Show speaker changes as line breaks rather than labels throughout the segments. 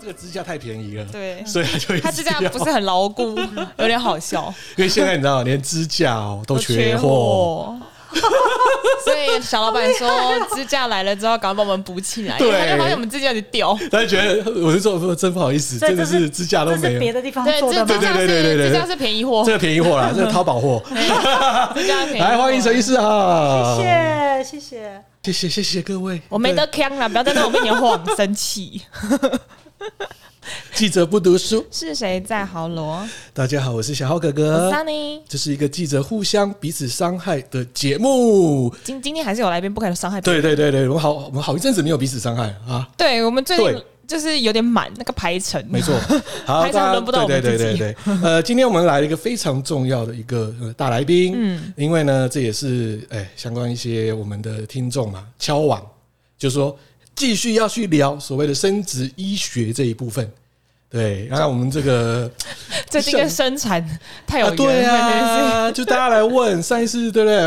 这个支架太便宜了，
对，
所以他就一直
他支架
要
不是很 牢固，有点好笑，
因为现在你知道，连支架哦都
我
缺货。
货。 所以小老板说支架来了之后，赶快帮我们补起来，因为
对
他就发现我们支架就掉。
他就觉得，我就说真不好意思，
这
真的
这
是支啊架都
这
没
是别
有，
的地方
对，
做
这
的
支
吗？
架
对对对对
是
对
支架是便宜货
这，个便宜货啦，这个淘宝 货。
支架便宜货。
来，欢迎陈医师啊！
谢谢谢谢，
谢谢谢谢各位，
我没得坑了，不要在那我面前晃，生气。
记者不读书。
是谁在豪罗？
大家好，我是小浩哥
我
哥
是。Sunny。
这是一个记者互相彼此伤害的节目。
今今天还是有来宾，不可以伤害别人。
对对对对，我们好，我们好一阵子没有彼此伤害啊，
对，我们最近
对
就是有点满那个排程，
没 错。好，
排场
大家
轮不到我
对
们
对
自
对
己
对对。呃，今天我们来了一个非常重要的一个、呃、大来宾，
嗯
嗯，因为呢，这也是哎、相关一些我们的听众嘛，敲网就说继续要去聊所谓的生殖医学这一部分。对，然后我们这个
最近跟生产太有
啊
缘分
对
了。
啊， 就大家来问上一次对不对？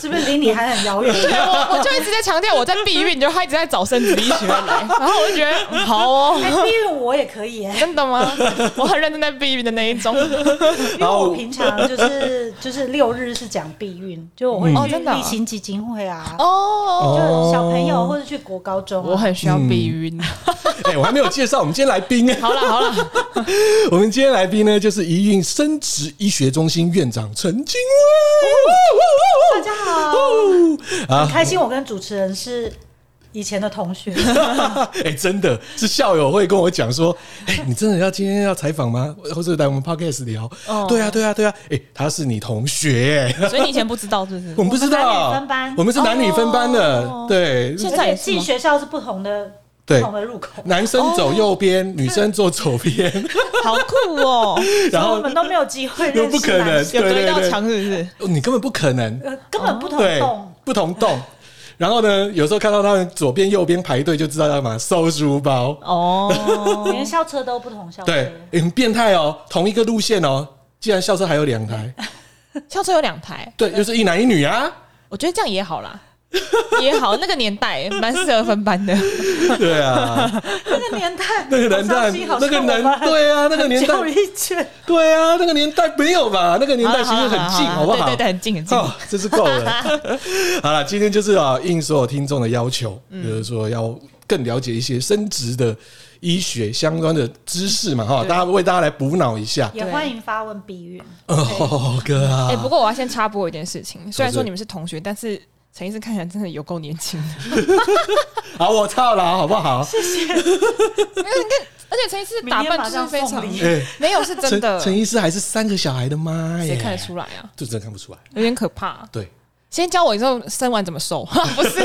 是不是离你还很遥远？
对我我就一直在强调我在避孕，就他一直在找生殖医学来，然后我就觉得嗯好哦，
哎，避孕我也可以耶，
真的吗？我很认真在避孕的那一种，
因为
然后
我平常就是就是六日是讲避孕，就我会
嗯
哦
去
真的啊
立行基金会啊，
哦，
就小朋友或者去国高中啊，
哦
我很需要避孕。
哎、我还没有介绍我们今天来宾。
好了好了，
我们今天来宾呢，就是宜运生殖医学中心院长陈金
大家好，
威。哦啊
很，开心我跟主持人是以前的 同学，
哎、真的是校友会跟我讲说，哎、你真的要今天要采访吗？或者来我们 podcast 聊？
哦
对啊，对啊，对啊。哎、他是你同学、哎
所以你以前不知道是不是
我？们不知道，
我们男女分班
我们是男女分班的，
哦
对，
现
而
在也
且
是吗
进学校是不同的不
对
同的入口，
男生
哦
走右边，女生坐左边，
好酷哦，
所
然
以我
后
们都没有机会认识
不可能
男生
有隔一道
对对对
墙是不是？
哦你根本不可能，
呃，根本不同
哦对
栋。，
不同栋。然后呢，有时候看到他们左边、右边排队，就知道要嘛收书包。
哦，
连校车都不同校车，
对，诶很变态哦，同一个路线哦，竟然校车还有两台，
校车有两台，
对，就是一男一女啊，
我觉得这样也好 啦，也好，那个年代蛮适合分班的。
对啊，
那个年代，
那个年代，那个年，对啊，那个年代，
一圈，
对啊，那个年代没有吧？那个年代其
好
实
啦
很近，
好
好
啦好啦
不好？
对对对，很近很近。
哦，真是够了。 好了，今天就是啊，应所有听众的要求，
嗯
就是说要更了解一些生殖的医学相关的知识嘛，哈，
对
大家为大家来补脑一下。
也欢迎发问避孕。
哦，哥啊，
哎、不过我要先插播一件事情，虽然说你们是同学，但是陈医生看起来真的有够年轻的。
好，我操了，好不好？
而且陈医师打扮就是非常
明天马上送礼
哎，
没有是真
陈
的，
陈医师还是三个小孩的妈耶，
谁看得出来啊？
就真的看不出来。
有点可怕、啊
对，
先教我之后生完怎么瘦， 不是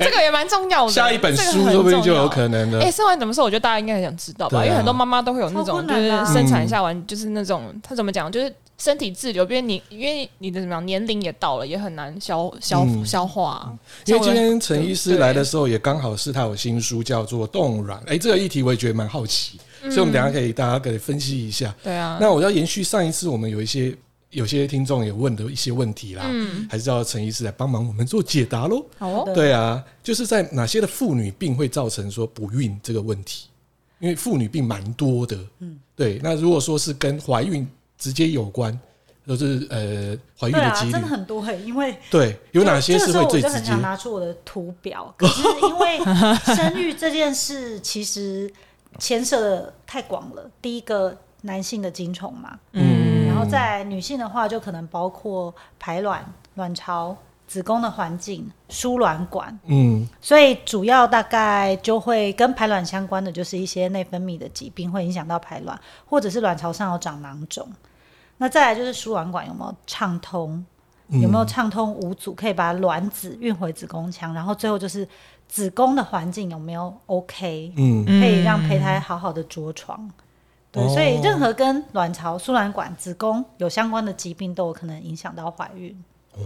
这个也蛮重要的。
下一本
哦这个
书
很
说不定
重
就有
要
可能
哎、
了。
生完怎么瘦？我觉得大家应该很想知道吧，
对啊嗯
因为很多妈妈都会有那
超
种，就
困难
是
的啊
生产下完就是那种，她怎么讲，就是身体自由，因为你因为你的怎么样，年龄也到了，也很难消消、
嗯
消化。啊
因为今
像我的
天陈医师来的时候，也刚好是他有新书叫做《冻卵》，哎，这个议题我也觉得蛮好奇，
嗯
所以我们等一下可以大家可以分析一下。
对啊，
那我要延续上一次我们有一些有些听众也问的一些问题啦，还是要陈医师来帮忙我们做解答喽。
好哦，
嗯对
对啊，就是在哪些的妇女病会造成说不孕这个问题？因为妇女病蛮多的，嗯，对。那如果说是跟怀孕直接有关，就是呃怀孕
对
的
啊，
几
真
率，
的很多哎，因为
对，有哪些
这
是
个时候
会
我
最
就
直
很
接？
想拿出我的图表，可是 因为生育这件事其实牵涉的太广了。第一个，男性的精虫嘛，
嗯
然后再来女性的话，就可能包括排卵、卵巢、子宫的环境、输卵管。
嗯
所以主要大概就会跟排卵相关的，就是一些内分泌的疾病会影响到排卵，或者是卵巢上有长囊肿。那再来就是输卵管有没有畅通，
嗯
有没有畅通无阻，可以把卵子运回子宫腔，然后最后就是子宫的环境有没有 OK，
嗯
可以让胚胎好好的着床。对，
哦
所以任何跟卵巢、输卵管、子宫有相关的疾病都有可能影响到怀孕。
哦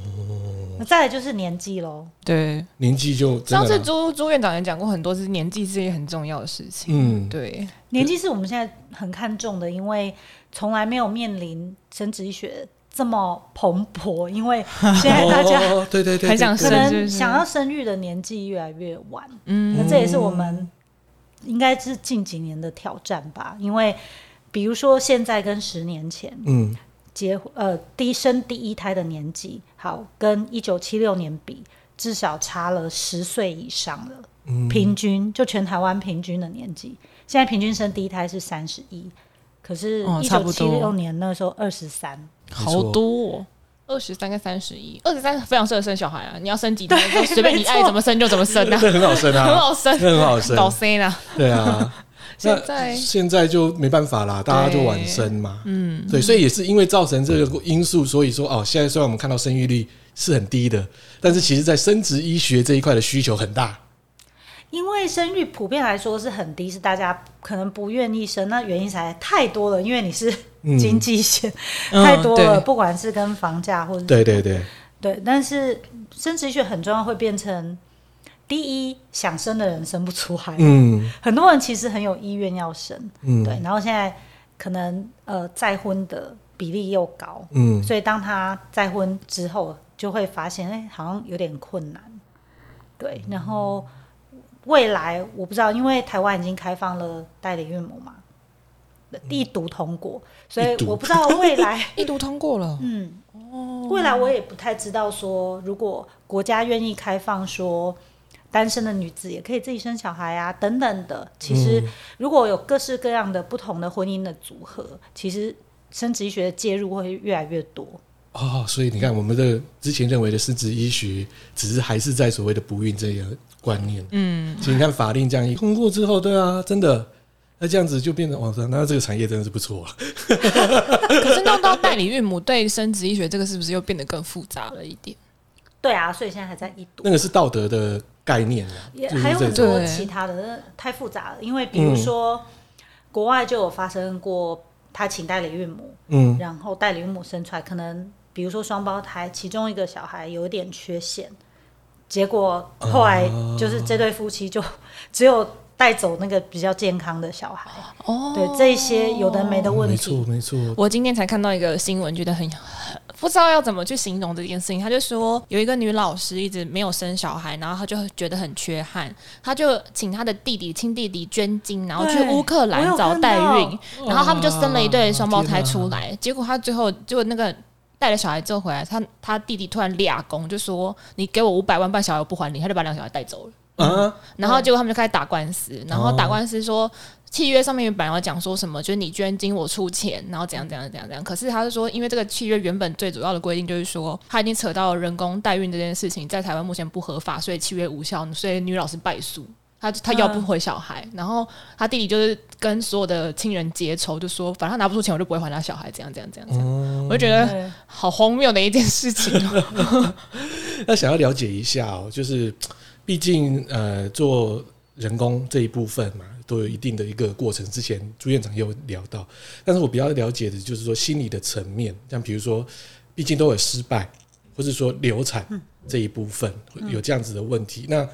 那再来就是年纪喽，
嗯对。
年纪就真
上
的
次
啦
朱朱院长也讲过很多次，年纪是一件很重要的事情。
嗯
对，
年纪是我们现在很看重的，因为从来没有面临生殖医学这么蓬勃，因为现在大家
哦对对对，
很想
对
可
对
生
能想要生育的年纪越来越晚，
嗯
那这也是我们应该是近几年的挑战吧，因为比如说现在跟十年前
嗯，
结婚呃低生第一胎的年纪，好跟一九七六年比，至少差了十岁以上了。
嗯
平均就全台湾平均的年纪，现在平均生第一胎是三十一，可是
哦
一
差
九
不
七
多
六年那时候二十三，
好多、哦。
二十三跟三十一，二十三非常适合生小孩啊！你要生几胎，就随便你爱怎么生就怎么生啊，
这很好生
很
啊，
好生，
这很好生
老生啦。
对啊。
现
那
在
现在就没办法啦，大家就晚生嘛，嗯，对，所以也是因为造成这个因素，所以说哦，现在虽然我们看到生育率是很低的，但是其实在生殖医学这一块的需求很大，
因为生育普遍来说是很低，是大家可能不愿意生，那原因实在太多了，因为你是
嗯
经济线、
嗯
太多了，
对
不管是跟房价或者
对对对，
对，但是生殖学很重要，会变成第一想生的人生不出来，
嗯
很多人其实很有意愿要生，
嗯，
对，然后现在可能呃再婚的比例又高，
嗯，
所以当他再婚之后，就会发现，哎、好像有点困难。对，然后未来我不知道，因为台湾已经开放了代理孕母嘛，一读通过，所以
嗯一读
我不知道未来，
一读通过了，
嗯，未来我也不太知道说，如果国家愿意开放说。嗯单身的女子也可以自己生小孩啊，等等的。其实，如果有各式各样的不同的婚姻的组合，其实生殖医学的介入会越来越多。
哦，所以你看，我们的之前认为的生殖医学，只是还是在所谓的不孕这个观念。
嗯，
其实你看法令这样一通过之后，对啊，真的，那这样子就变成哇，那这个产业真的是不错、啊。
可是弄到代理孕母对生殖医学这个是不是又变得更复杂了一点？
对啊，所以现在还在一读
那，个是道德的概念啊，
也
就是
还有很
这种
多
对
其他的，那太复杂了。因为比如
嗯
说，国外就有发生过，他请代理孕母，
嗯
然后代理孕母生出来，可能比如说双胞胎，其中一个小孩有一点缺陷，结果后来就是这对夫妻就只有带走那个比较健康的小孩。
哦
对，这一些有的没的问
哦没
题
错，没错，
我今天才看到一个新闻，觉得很很不知道要怎么去形容这件事情。他就说有一个女老师一直没有生小孩，然后她就觉得很缺憾，她就请她的弟弟亲弟弟捐精，然后去
对
乌克
我
兰
有
找
看
代
到
孕，然后他们就生了一对
哇
双胞
天
胎
啊
出来。结果她最后就那个。带了小孩之后回来，她她弟弟突然俩公，就说：“你给我五百万办小孩，我不还你。”他就把两个小孩带走了。
啊，
嗯
然后结果他们就开始打官司，然后打官司说
哦
契约上面本来要讲说什么，就是你捐精我出钱，然后怎样怎样怎样怎样。可是他是说，因为这个契约原本最主要的规定就是说，他已经扯到人工代孕这件事情在台湾目前不合法，所以契约无效，所以女老师败诉。
嗯
他他要不回小孩，然后他弟弟就是跟所有的亲人结仇，就说反正他拿不出钱，我就不会还他小孩，怎样怎样怎样怎样。
哦
我就觉得
对，
好荒谬的一件事情哦。
那想要了解一下哦，就是毕竟呃做人工这一部分嘛，都有一定的一个过程。之前朱院长也有聊到，但是我比较了解的就是说心理的层面，像比如说，毕竟都有失败，或是说流产这一部分有这样子的问题，那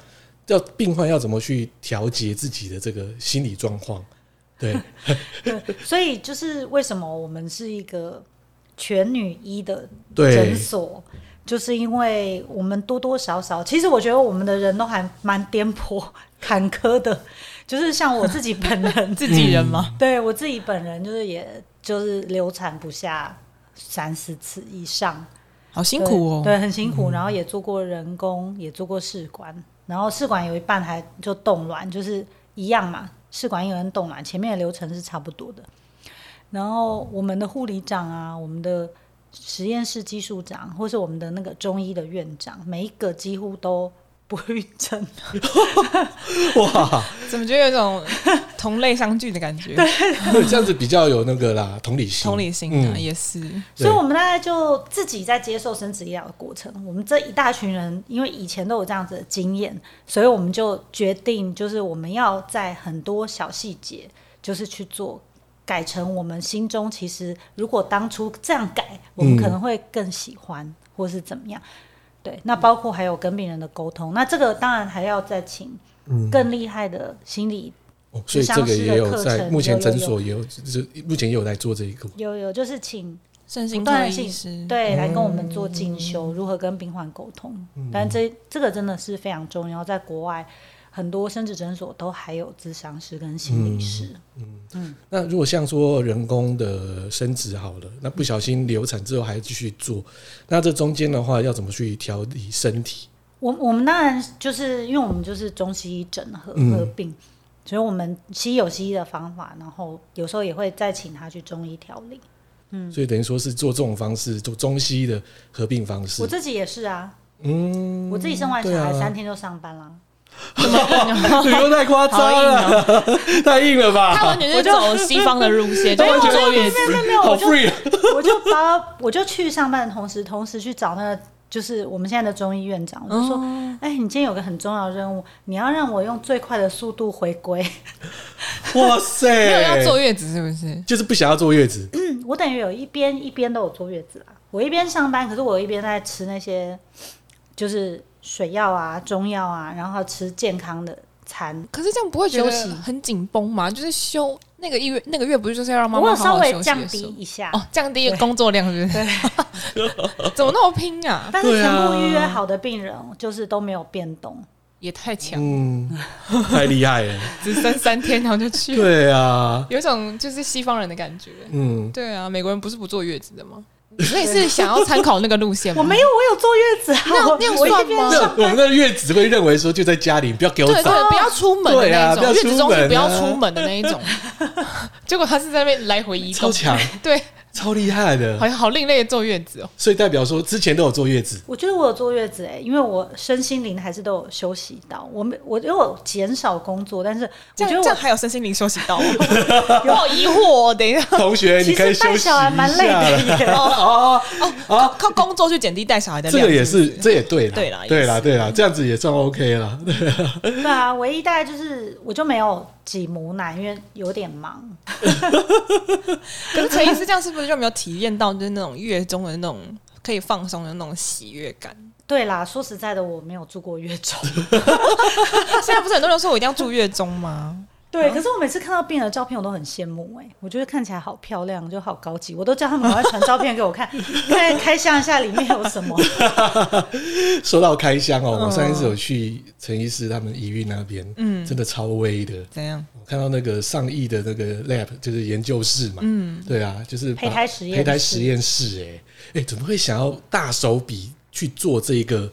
要病患要怎么去调节自己的这个心理状况？对，
所以就是为什么我们是一个全女医的
对
诊所，就是因为我们多多少少，其实我觉得我们的人都还蛮颠簸、坎坷的。就是像我自己本人， 嗯
自己人吗？
对我自己本人，就是也就是流产不下三四次以上，
好辛苦哦。
对，对很辛苦。然后也做过人工，也做过试管，然后试管有一半还就冻卵，就是一样嘛，试管婴儿冻卵，前面的流程是差不多的。然后我们的护理长啊，我们的实验室技术长，或是我们的那个中医的院长，每一个几乎都不 孕症，
哇，
怎么觉得有一种同类相聚的感觉？
这样子比较有那个啦，同理心，
同理心啊，
嗯
也是。
对
所以我们大概就自己在接受生殖医疗的过程，我们这一大群人，因为以前都有这样子的经验，所以我们就决定，就是我们要在很多小细节，就是去做改成我们心中其实如果当初这样改，我们可能会更喜欢，或是怎么样。对，那包括还有跟病人的沟通，那这个当然还要再请更厉害的心理
哦所以这个也有
智商师的课
在
程
目前诊所也有，就是目前也有在做这一个。
有有，就是请
身
不
心科
断地
医
进
师，
对，来跟我们做
嗯
进修，如何跟病患沟通。但这这个真的是非常重要，在国外，很多生殖诊所都还有咨商师跟心理师。
嗯那如果像说人工的生殖好了，那不小心流产之后还继续做，那这中间的话要怎么去调理身体？
我我们当然就是因为我们就是中西医整合
嗯
合并，所以我们西医有西医的方法，然后有时候也会再请他去中医调理。
所以等于说是做这种方式，做中西医的合并方式
我。自己也是啊，
嗯，
我自己生完小
对
孩
啊
三天就上班啦，
你又太夸张
哦
了，太硬了
他
吧？
完全是走西方的路线，就
完
完
全
全坐月子。
没有没有，
好
我就
free 啊！
我就把我就去上班的同时，同时去找那个就是我们现在的中医院长，我就
哦
说，
嗯
哎、你今天有个很重要的任务，你要让我用最快的速度回归。
哇
没有要坐
塞，
月子是不是？
就是不想要坐月子，
我等于有一边一边都有坐月子啦，我一边上班，可是我一边在吃那些就是水药啊、中药啊，然后吃健康的餐。
可是这样不会觉
休
得
息
很紧绷吗？就是休那个一月那个月不是就是要让妈
我
妈
有
好
稍
好
微
休息
降
的
低
时候？
一下，
哦，降低工作量是不是？ 怎么那么拼啊？
但是
对
全
啊
部预约好的病人就是都没有变动。
也太强，
嗯，太厉害了。
只剩三天然后就去了，
对啊，
有一种就是西方人的感觉。
嗯，
对啊，美国人不是不坐月子的吗？所以是想要参考那个路线吗？
我没有，我有坐月子啊，
那
我
那样
我一
算
边
吗
那我们的月子会认为说就在家里，不要给我
对
找。
对，不要出门的
对
那
啊
一种，
不要
月
出
子中
门啊
心不要出门的那一种。 结果他是在那边来回移
超
动，
强，
对，
超厉害的
好，像好另类的坐月子哦。
所以代表说之前都有坐月 子，
我觉得我有坐月子哎、因为我身心灵还是都有休息到。我没，我因为我减少工作，但是我觉得我
还有身心灵休息 到吗？我好疑惑哦，等一下，
同学
其
你可以
实
休
带
息一
小孩
下
蛮累的
了。
耶。
哦
靠靠工作去减低带小孩的
这
量。
个也是
不，
这也对啦，
对啦
对
也
啦，
是
对啦，这样子也算 OK 啦。
对啊，唯一大概就是我就没有挤母奶，因为有点忙。
可是陈医师这样是不是就没有体验到就是那种月中的那种可以放松的那种喜悦感？
对啦，说实在的，我没有住过 月中。
现在不是很多人说我一定要住月中吗？
对，可是我每次看到病人的照片，我都很羡慕哎、我觉得看起来好漂亮，就好高级，我都叫他们赶快传照片给我 看，看开箱一下里面有什么。
说到开箱哦，我上一次有去陈医师他们医院那边，
嗯
真的超威的。
怎 样？
我看到那个上亿的那个 lab 就是研究室嘛，嗯，对啊，就是把
胚胎实验室
胚胎实验室、欸，哎、怎么会想要大手笔去做这一个？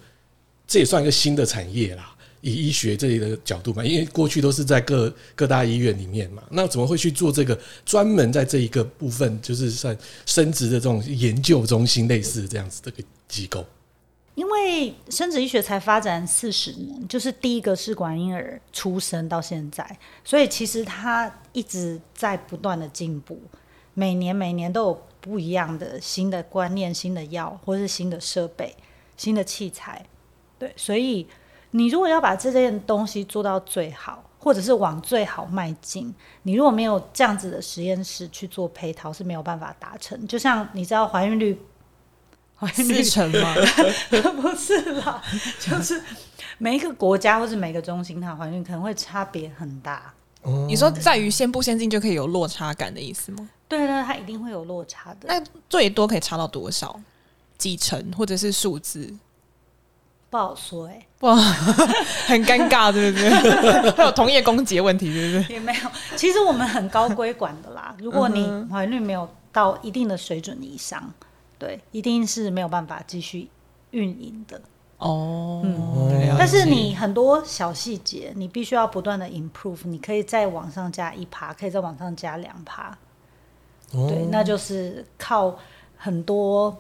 这也算一个新的产业啦，以医学这里的角度嘛，因为过去都是在各各大医院里面嘛，那怎么会去做这个专门在这一个部分，就是算生殖的这种研究中心类似这样子的一个机构？
因为生殖医学才发展四十年，就是第一个试管婴儿出生到现在，所以其实它一直在不断的进步，每年每年都有不一样的新的观念、新的药或是新的设备、新的器材，对，所以你如果要把这件东西做到最好，或者是往最好迈进，你如果没有这样子的实验室去做配套是没有办法达成。就像你知道怀孕率，怀孕率
四成吗？
不是啦， 就是每一个国家或是每个中心，它的环境可能会差别很大。
哦
你说在于先不先进就可以有落差感的意思吗？
对呢，它一定会有落差的。
那最多可以差到多少？几成或者是数字？
不好说哎、
哇，很尴尬，对 不对？还有同业攻击的问题，对不对？
也没有。其实我们很高规管的啦，如果你
嗯
怀孕率没有到一定的水准以上，对，一定是没有办法继续运营的。
哦，
嗯
但是你很多小细节，你必须要不断的 improve，你可以再往上加一趴，可以再往上加两趴。对，
哦，
那就是靠很多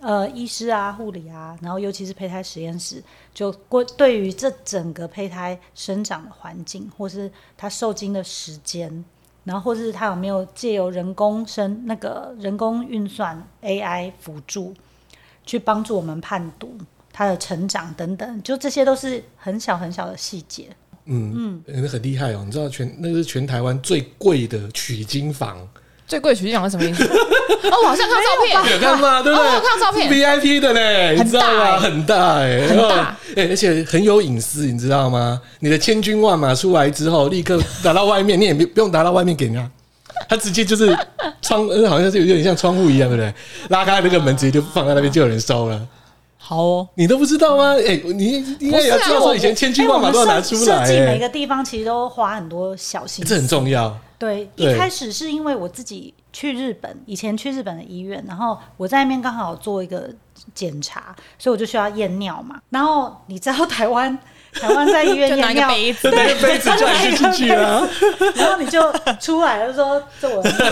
呃医师啊、护理啊，然后尤其是胚胎实验室，就过对于这整个胚胎生长的环境，或是它受精的时间，然后或是它有没有借由人工生那个人工运算 AI 辅助，去帮助我们判读它的成长等等，就这些都是很小很小的细节。
嗯，那很厉害哦，你知道全那个是全台湾最贵的取经房。
最贵的取奖是什么意思？哦，我好像看到照片，
你看嘛，对不
哦
对？
我有看到照片
是 VIP 的嘞，你知道吗？
欸
很大哎，
很大
哎、而且很有隐私，你知道吗？你的千军万马出来之后，立刻打到外面，你也不用打到外面给人家。他直接就是窗，呃好像是有点像窗户一样，对不对？拉开那个门，直接就放在那边，就有人收了。
好哦，
你都不知道吗？哎、你你应该也要知道说以前千军万马都要拿出来、
哎我们设设计每
哎
个地方其实都花很多小心
这
思
很。重要。
对，
对
一开始是因为我自己去日本，以前去日本的医院，然后我在那边刚好做一个检查，所以我就需要验尿嘛。然后你知道台湾， 台湾在医院
就拿一
验
个
尿，
杯子，
那个杯子就已经进去啊了，
然后你就出来了，说这我的尿，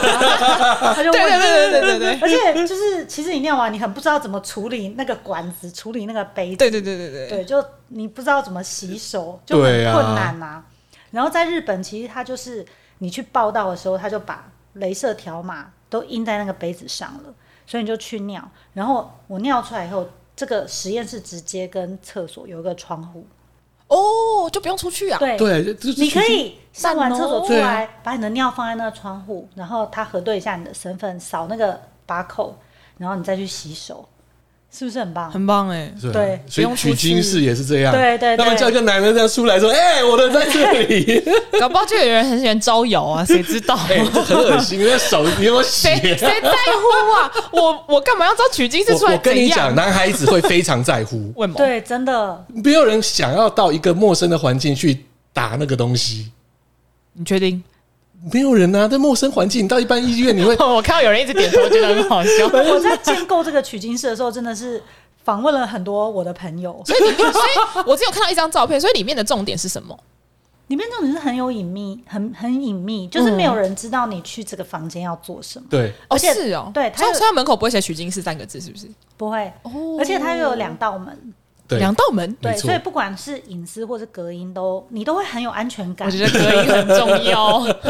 他就问，
对对对对对对
而且就是其实你尿完，你很不知道怎么处理那个管子，处理那个杯子，
对对对对对，
对，就你不知道怎么洗手，就很
对啊
困难啊。然后在日本，其实他就是你去报道的时候，他就把镭射条码都印在那个杯子上了，所以你就去尿。然后我尿出来以后，这个实验室直接跟厕所有一个窗户，
哦，就不用出去啊，
对，
对，这这
你可以上完厕所出
对啊
来，把你的尿放在那个窗户，然后他核对一下你的身份，扫那个把口，然后你再去洗手，是不是很棒？
很棒哎，
是吧
对
所
不
以
用
取
出去
经是也是这样，
对对
他
对
们叫一个男人这样出来 说：“哎、我的在这里。
搞不好就有人很喜欢招摇啊，谁 知道？
哎，这很恶心，那手你有没有洗啊
谁？谁在乎啊？我我干嘛要知道取经是出
我
来
我跟
怎
你讲，
样？，
男孩子会非常在乎
为毛？
对，真的，
没有人想要到一个陌生的环境去打那个东西，
你确定？
没有人啊，在陌生环境，你到一般医院你会
我看到有人一直点头，觉得很好笑。
我在建构这个取经室的时候，真的是访问了很多我的朋友，
所以里 面，所以我只有看到一张照片，所以里面的重点是什么？
里面重点是很有隐秘，很很隐秘，就是没有人知道你去这个房间要做什么，
对
哦，
而且
是哦，
对
所
它
以
有
所以它门口不会写“取经室”三个字，是不是？
不会。
哦
而且它又有两道门，
对
两道门，
没
对，
错
所以不管是隐私或是隔音都，你都会很有安全感
我。觉得隔音很重要。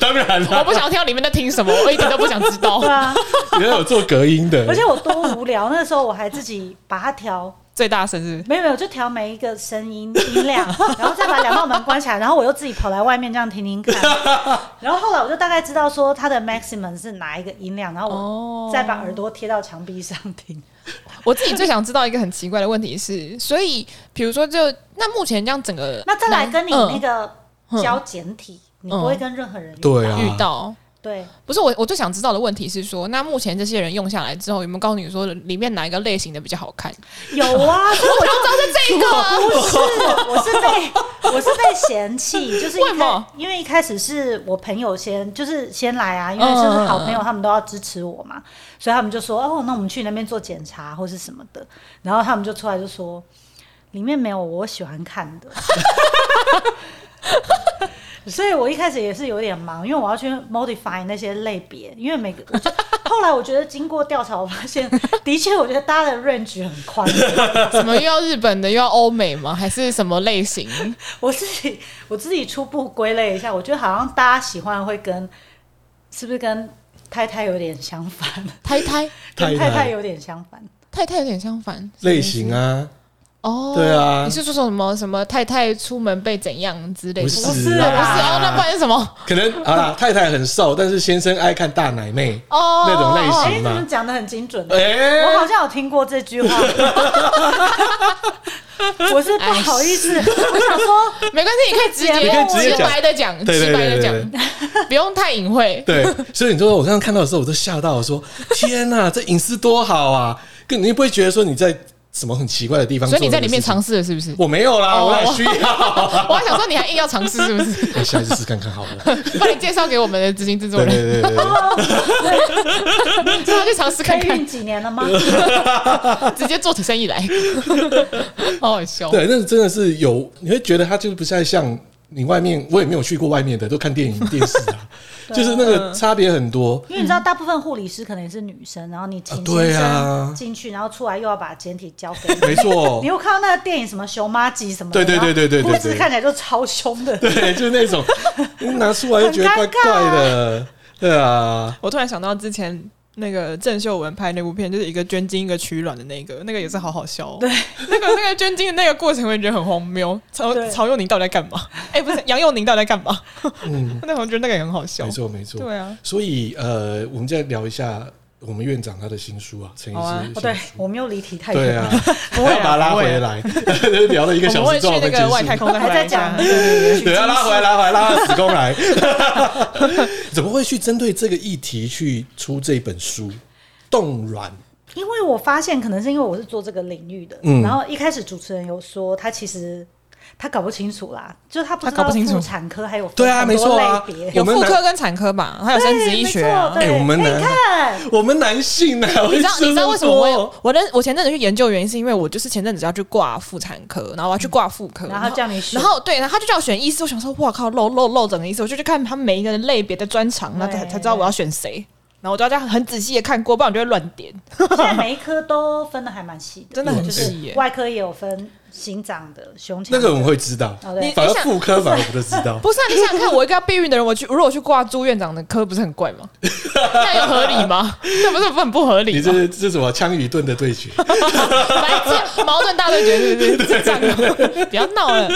当然
我
啦，
不想听到里面在听什么，我一点都不想知道
对。啊，
也有做隔音的，
而且我多无聊，那时候我还自己把它调，
最大声是不是
没有没有，就调每一个声音 音量，然后再把两道门关起来，然后我又自己跑来外面这样听听看，然后后来我就大概知道说它的 maximum 是哪一个音量，然后
哦
我再把耳朵贴到墙壁上听。
我自己最想知道一个很奇怪的问题是，所以比如说就，那目前这样整个
那再来跟你
嗯
那个教简体，你不会跟任何人遇到
对啊，
遇到。
对
不是我，我最想知道的问题是说，那目前这些人用下来之后，有没有告诉你说里面哪一个类型的比较好看？
有啊，所以我就
知道是这个，啊
不是，我是被我是被嫌弃，就是一
为什
开
么
因为一开始是我朋友先就是先来啊，因为就是好
嗯
朋友他们都要支持我嘛，所以他们就说哦，那我们去那边做检查或是什么的，然后他们就出来就说里面没有我喜欢看的。 所以我一开始也是有点忙，因为我要去 modify 那些类别，因为每个我就后来我觉得经过调查，我发现的确，我觉得大家的 range 很宽，
什么又要日本的，又要欧美吗？还是什么类型？
我自己我自己初步归类一下，我觉得好像大家喜欢会跟是不是跟太太有点相反，
太太
跟
太太
太太有点相反。
太太有点相反
类型啊，
哦。
对啊
你是说什么什么太太出门被怎样之类
不
的？不是
是
是
啦，
啊
哦，那不然是什么？
可能好啦，太太很瘦，但是先生爱看大奶妹
哦
那种类
哦
哎、
型
你们
嘛。
讲的很精准、欸
哎，
我好像有听过这句话。 我是不好意思，我想说，
哦没关系，你可以直
你
可以直接
接
讲
直白的讲，
对对
直白的
对
讲，不用太隐晦。
对，所以你说我刚刚看到的时候，我都吓到，我说天哪、这隐私多好啊！跟你不会觉得说你在什么很奇怪的地方，
所以你在里面，尝试了是不是？
我没有啦，
哦
我哪需 要？
我还想说你还硬要尝试是不 是？
哎下一次试看看好了。
把你介绍给我们的执行制作
对
人，
对对对对，
让他去尝试看
备
看
孕，几年了吗？
直接做起生意来，好好笑。
对，那真的是有，你会觉得他就是不太像你外面，我也没有去过外面的，都看电影电视啊， 就是那个差别很多。
因为你知道，大部分护理师可能也是女生，然后你请
对啊
生进去，然后出来又要把简体交给你。
没错
你，有看到那个电影什么熊妈集什么的？
对对对对对对
然后护士
对
看起来就超凶的。
对，就是那种拿出来就觉得怪怪的，对啊，
我突然想到之前那个郑秀文拍那部片，就是一个捐精一个取卵的那个，那个也是好好笑、哦。对，那个那个捐精的那个过程，我也觉得很荒谬。曹
对
曹佑宁到底在干嘛？ 哎、不是杨佑宁到底在干嘛？
嗯，
那我觉得那个也很好笑
没。错没错。
对啊，
所以呃，我们再聊一下我们院长他的新书啊，陈医
好啊
师
哦，
的
对
新书。
我们又离题太
对
远
啊
了，，
我要把它拉回来，聊了一个
我们
小
会
时之
去
后
那
结
个外太
束。
空再
还
回来
在
一下
讲 那。个取
对啊，
经
拉回来，拉回来，拉到子宫来。 怎么会去针对这个议题去出这本书？冻卵
因为我发现，可能是因为我是做这个领域的，
嗯
然后一开始主持人有说他其实他搞不清楚啦，就是他不知
他搞
道
不清楚
妇产科还有分
对啊
很
没
多
错啊
类别，
我
有
们
妇
男
科跟产科吧，还有生殖医学啊。
对没错对
哎我们
哎
男
你看，
我们男性呢、啊，
你知道
会吃
你知道为什么我
那
有
多
我那我前阵子去研究原因，是因为我就是前阵子要去挂妇产科，然后我要去挂妇科，
然后叫你
嗯
选
然后对，然后他就叫我选医师，我想说哇靠，漏漏漏整个医师，我就去看他们每一个人类别的专长，然后才
对
才知道我要选谁，然后我就要这样很仔细的看过，不然我就会乱点。
现在每一科都分的还蛮细 的，
真的很
就是
细耶
外科也有分心脏的、胸腔的
那个我们会知道
哦对，
反而妇科反而不知道。
不是啊，你想想看，我一个要避孕的人，我去如果我去挂朱院长的科，不是很怪吗？ 那有合理 吗？那不是很不合理
你
吗
这？是这是什么枪与盾的对决？
反正这矛盾大 对决，是不是？智障哦，不要闹了，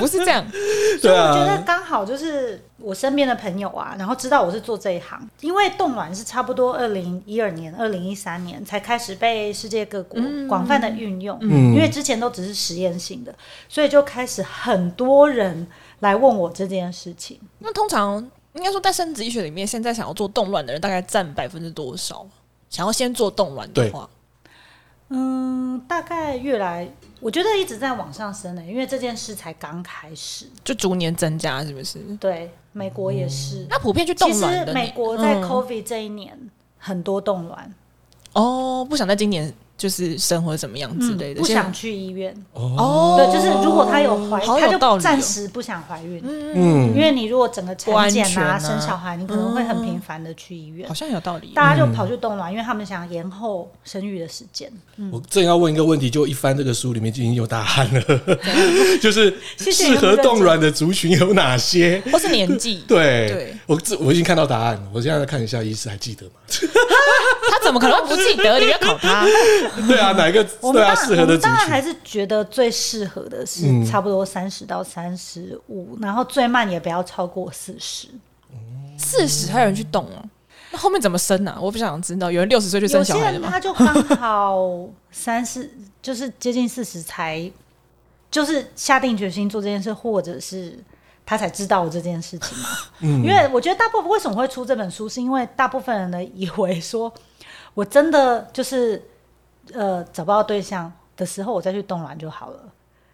不是这样。
对
我觉得
啊，
刚好就是我身边的朋友啊，然后知道我是做这一行，因为冻卵是差不多二零一二年、二零一三年才开始被世界各国
嗯
广泛的运用，
嗯
因为之前都只是实验性的，所以就开始很多人来问我这件事情。
那通常应该说，在生殖医学里面，现在想要做冻卵的人大概占百分之多少？想要先做冻卵的
对
话，
嗯，大概越来，我觉得一直在往上升的、因为这件事才刚开始。
就逐年增加，是不是？
对，美国也是。
那普遍去嗯冻
其
卵
实
的你，
美国在
嗯
COVID 这一年、很多冻卵，
哦，不想在今年就是生活怎么样之类的，
不
现在
想去医院。
哦，
对，就是如果她有怀，
好
她
有道理
就
哦
暂时不想怀孕，因
嗯，
为你如果整个
不
产
安
检
全啊嗯
生小孩，你可能会很频繁的去医院
好，像有道理。
大家就跑去冻卵，因为他们想延后生育的时间。
我正要问一个问题，就一翻这个书里面就已经有答案了， 就是
谢谢
适合冻卵的族群有哪些？，
或是年纪
对，
对
我这我已经看到答案了，我现在来看一下，医师还记 得吗？
他怎么可能会不记得？你不要考他。
对啊，哪一个
我
对
们当
啊
然，
适合
我
的
们
族
当然还
群？
是觉得最适合的
嗯
是差不多三十到三十五，然后最慢也不要超过四十。
四十还有人去动哦，那后面怎么生啊？我不想知道。有人六十岁就
有
生小
些
孩的
人
吗？
他就刚好三四， 就是接近四十才，就是下定决心做这件事，或者是他才知道这件事 情嘛。
嗯
因为我觉得大部分为什么会出这本书，是因为大部分人的以为说，我真的就是呃找不到对象的时候，我再去冻卵就好了。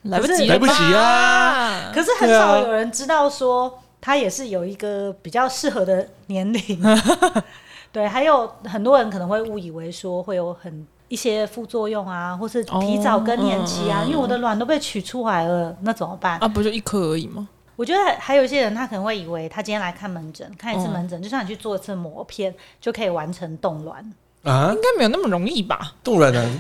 来不及了吧，
来不及
嗯
啊
可是很
对啊
少有人知道说，他也是有一个比较适合的年龄。 对，还有很多人可能会误以为说会有很一些副作用啊，或是提早更年期
哦
啊，因为我的卵都被取出来了，那怎么办？
啊，不就一颗而已吗？
我觉得还有一些人，他可能会以为他今天来看门诊，看一次
哦
门诊，就像你去做一次磨片，就可以完成冻卵。
啊，
应该没有那么容易吧？
冻卵啊，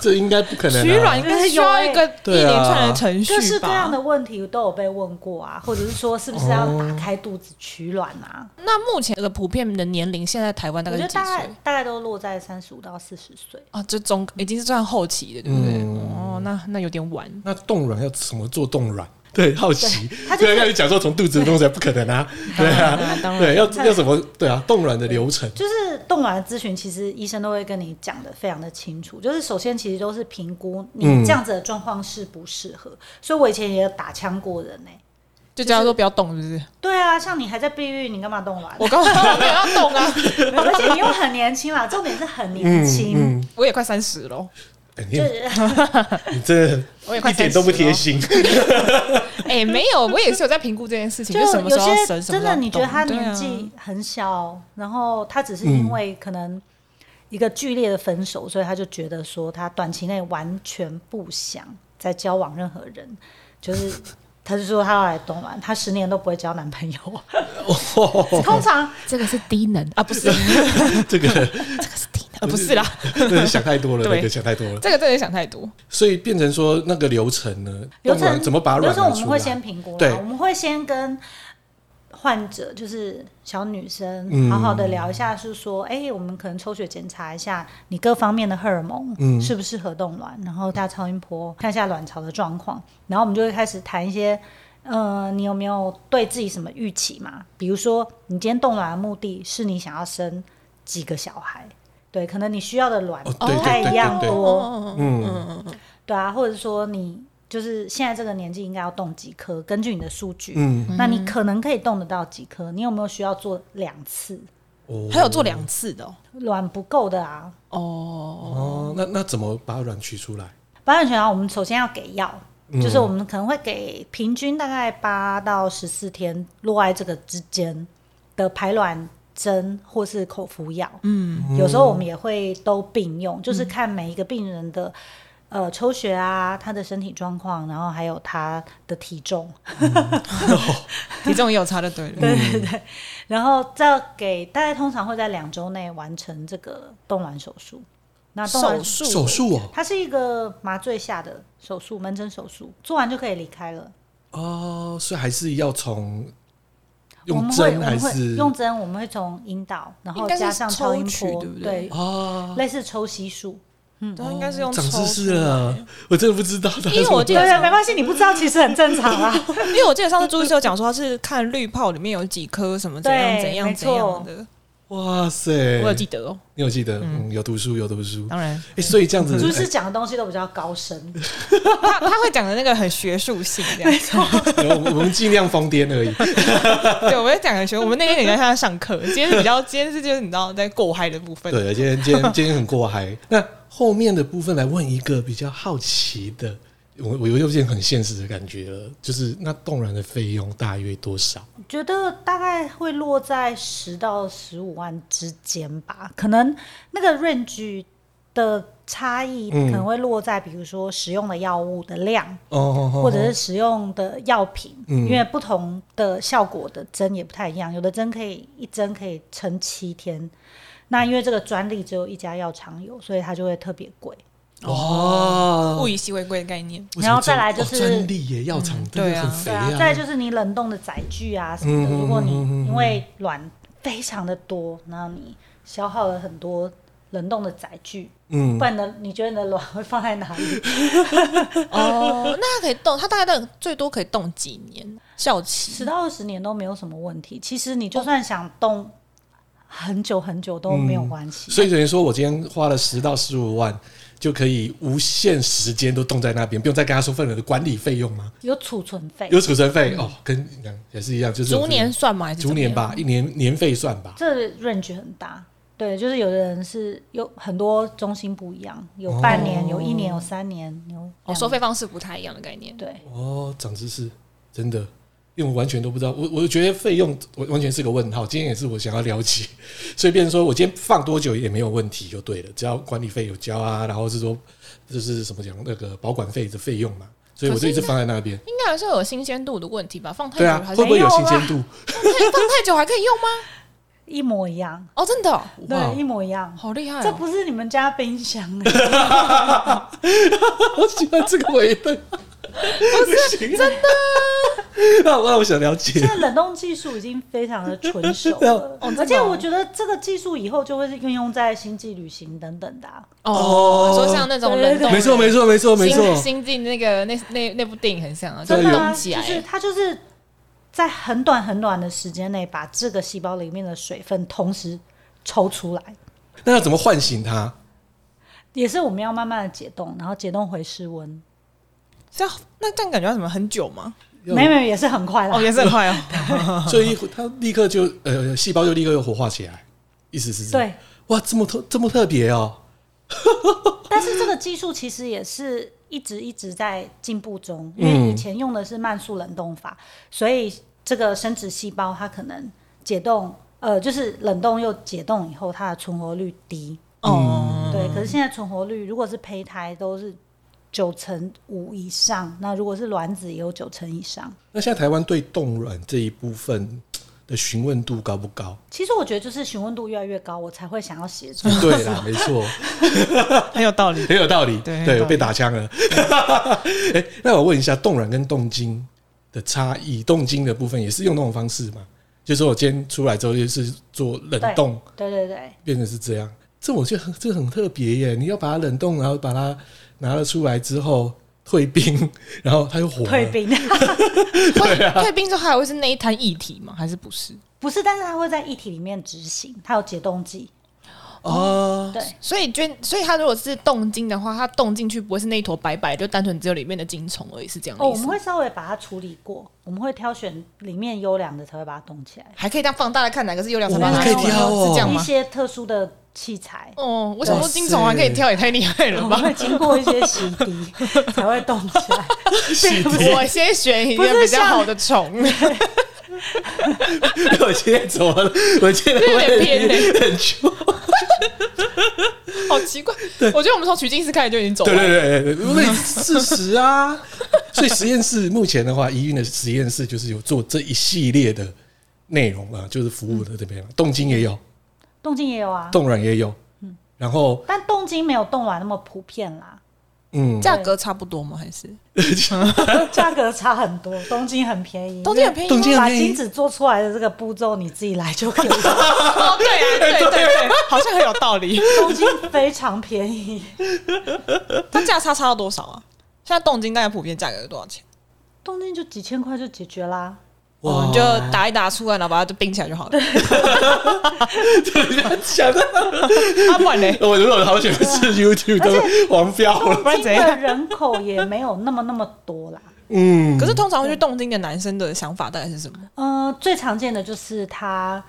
这应该不可能、啊。
取卵应该需要一个一
对啊
连串的程序吧？
各式各样的问题都有被问过啊，或者是说是不是要打开肚子取卵啊？
那目前这个普遍的年龄，现在台湾大
我
概
觉
哦是
得
几
大概
岁
大概都落在三十五到四十岁。
啊？这中已经是算后期的，对不对？
嗯
哦，那那有点晚。
那冻卵要怎么做冻卵？对，好奇
他，就是
对，要你讲说从肚子弄出来不可能啊，对
当然当
啊，
然
对，要要怎么对啊？冻卵的流程，
就是冻卵咨询，其实医生都会跟你讲的非常的清楚。就是首先其实都是评估你
嗯
这样子的状况适不适合。所以我以前也有打枪过人呢、
就叫他说不要动，是不是？
对啊，像你还在避孕，你干嘛 冻卵？
我刚刚没有要动啊，
而且你又很年轻啦，重点是很年轻。
嗯，
我也快三十了，
哎
就
你
是
你真
我也
的
快
一点都不贴心，
哎，没有，我也是有在评估这件事情，
就
什么时
有
候要生，
些
什么时
真
候要
的，
动
你觉得他
对啊嗯
年纪很小，然后他只是因为可能一个剧烈的分手，所以他就觉得说他短期内完全不想再交往任何人，就是他就说他要来东莞，他十年都不会交 男朋友。通常
这个是低能
啊，不是，
这个
啊不是啦，
真的想太多了，
对
那个想太多了，
这个真的想太多。
所以变成说那个流程呢，
流
冻卵
程
啊怎么把
流
卵
程我
拿
们
出
会先
来？
评估啦，
对
我们会先跟患者就是小女生
嗯
好好的聊一下，是说，哎、我们可能抽血检查一下你各方面的荷尔蒙
嗯
适不适合冻卵，然后大超音波看一下卵巢的状况，然后我们就会开始谈一些。呃，你有没有对自己什么预期嘛？比如说，你今天冻卵的目的是你想要生几个小孩，对，可能你需要的卵
哦
不
对
太
对对
一样
对对
多，
嗯，
对啊，或者说你就是现在这个年纪应该要动几颗，根据你的数据，
嗯
那你可能可以动得到几颗，你有没有需要做两次？
哦
还有做两次的哦
卵不够的啊，
哦，
哦，那那怎么把卵取出来？
保险权啊，我们首先要给药，
嗯
就是我们可能会给平均大概八到十四天落在这个之间的排卵针或是口服药。
嗯，
有时候我们也会都并用，就是看每一个病人的。呃，抽血啊，他的身体状况，然后还有他的体重，
体重也有差就对了。
然后再给大概通常会在两周内完成这个冻卵手术。那冻卵
手术
手术哦，
它是一个麻醉下的手术，门诊手术，做完就可以离开了。
哦，所以还是要从
我
用
们会
针
我
还
们会
是
用针，我们会从引导，然后
应该是
加上超音
抽取
波，
对不对
对，
啊？
类似抽吸术。
对，应该是用
哦长
抽
知识
出来
了，啊我真的不知道。因
因为我记
对
得
对，没关系，你不知道其实很正常啊。
因为我记得上次朱医师有讲说，他是看绿泡里面有几颗什么怎样
对
怎样
没
怎
错
样的，
哇塞，
我有记得哦。
你有记得？嗯，有读书，有读书。
当然，
哎，所以这样子，
朱
哎
师讲的东西都比较高深，
他他会讲的那个很学术性，这样。
哎我们我们尽量疯癫而已。
对，我会讲很学术。我们那天也在他上课，今天是 比较，今天是就是你知道在过嗨的部分。
对，今天今天今天很过嗨。那后面的部分来问一个比较好奇的，我我有点很现实的感觉了，就是那冻卵的费用大约多少？
觉得大概会落在十到十五万之间吧，可能那个 range 的差异
嗯
可能会落在，比如说使用的药物的量，
哦哦哦
或者是使用的药品，
嗯
因为不同的效果的针也不太一样，有的针可以一针可以撑七天。那因为这个专利只有一家药厂有，所以它就会特别贵。
哦
物，以稀为贵的概念。
为什么
然后再
专
来就
哦
是
专利耶，药厂真
对
的
啊
很肥
对啊，再来
啊。
就是你冷冻的载具啊什么的，
嗯
如果你
嗯嗯嗯嗯
因为卵非常的多，然后你消耗了很多冷冻的载具，
嗯
不，然呢，你觉得你的卵会放在哪里？
哦，那它可以动，它大概动最多可以动几年？效期
十到二十年都没有什么问题。其实你就算想冻很久很久都没有
嗯
关系。
所以等于说我今天花了十到十五万。就可以无限时间都冻在那边，不用再跟他收份额的管理费用吗？
有储存费，
有储存费
嗯
哦，跟也是一样，就是有
逐年算吗？还是
逐年
怎么样？
吧，一年年费算吧。
这 range 很大。对，就是有的人是有很多中心不一样，有半年，有一年，有三年，有两年
哦，收费方式不太一样的概念。
对，
哦，长知识，真的，因为我完全都不知道，我我觉得费用完完全是个问号，今天也是我想要了解， 所以变成说我今天放多久也没有问题就对了，只要管理费有交啊，然后是说就是什么讲那个保管费的费用嘛，所以我就一直放在那边。
应该还是有新鲜度的问题吧？放太
对
久
啊，
还是
会不会有
没有
新
啊
鲜度？
放太久还可以用吗？
一模一样，
哦，真的哦、
哇
对，一模一样。
好厉害、
这
哦！
不是你们家冰箱欸
我喜欢这个回答，不是真的。 那我那我想了解
现，在冷冻技术已经非常的纯熟
对啊
了，而且我觉得这个技术以后就会是运用在星际旅行等等的啊、
哦
哦，说像那种
对
冷
对
冻，
没错没错没错没错
星，星际那个那那那部电影很像啊，就
对
真
是
的
有
啊、
冻起
就
来。
是它就是在很短很短的时间内把这个细胞里面的水分同时抽出来，
那要怎么唤醒它？
也是我们要慢慢的解冻，然后解冻回室温，
这样那这样感觉要什么很久吗？
要
没有没有也是很快啦。
哦，也是很快哦。
所以它立刻就呃细胞就立刻又活化起来，意思是这样
对，
哇，这么特这么特别哦，
但是这个技术其实也是一直一直在进步中，因
嗯
为以前用的是慢速冷冻法，所以这个生殖细胞它可能解冻，呃，就是冷冻又解冻以后，它的存活率低。
嗯
哦，
对，可是现在存活率如果是胚胎都是九成五以上，那如果是卵子也有九成以上。
那现在台湾对冻卵这一部分的询问度高不 高？
其实我觉得就是询问度越来越高，我才会想要协助。
对啦，没错，
很 有道理。
很有道理。对
对有道理
我被打枪了。 哎、那我问一下，冻卵跟冻精的差异，冻精的部分也是用那种方式吗？就是我今天出来之后，就是做冷
对
冻，
对对对，
变成是这样。这我觉得很这很特别耶！你要把它冷冻，然后把它拿了出来之后退冰，然后它又活了。
退冰
会退冰之后还会是那一滩液体吗？还是不是？
不是，但是它会在液体里面执行，它有解冻剂。
哦，
对，
所以捐，所以他如果是冻精的话，它冻进去不会是那一坨白白的，就单纯只有里面的精虫而已，是这样的
哦，
意
我
思
们
吗。
会稍微把它处理过，我们会挑选里面优良的才会把它冻起来。
还可以这样放大来看哪个是优良，
哇
哪个是
可以
优良
挑哦
是这样
一
吗？
些特殊的器材，
哦，我想说精虫还可以跳，也太厉害了
我 们
吧！
会经过一些洗 涤才会冻起来。
洗
我先选一个比较好的虫，
我今天怎么了？我今天
有点偏
很很穷。
好奇怪。我觉得我们从取经师开始就已经走
对
了。
对对对对，因为事实啊，所以实验室目前的话，医院的实验室就是有做这一系列的内容啊，就是服务的这边，冻精也有，
冻精也有啊，
冻卵也有，然后
但冻精没有冻卵那么普遍 啦，
嗯，
价格差不多吗？还是
价格差很多。冻精很便宜，
东京很便宜吗？
东京很
把
便宜
精子做出来的这个步骤你自己来就可以 了。
哦，对啊，对对对，好像很有道 理。
东京非常便宜，
它价差差到多少啊？现在冻精大概普遍价格是多少钱？
东京就几千块就解决啦。
我们就打一打出来，然后把它就冰起来就好了。
想到
啊，不然嘞，
我如果好选是 YouTube
而
都黄标了，
不然
东京
怎
的
样
人口也没有那么那么多啦。
嗯，
可是通常会去冻精的男生的想法大概是什么？
呃，最常见的就是他，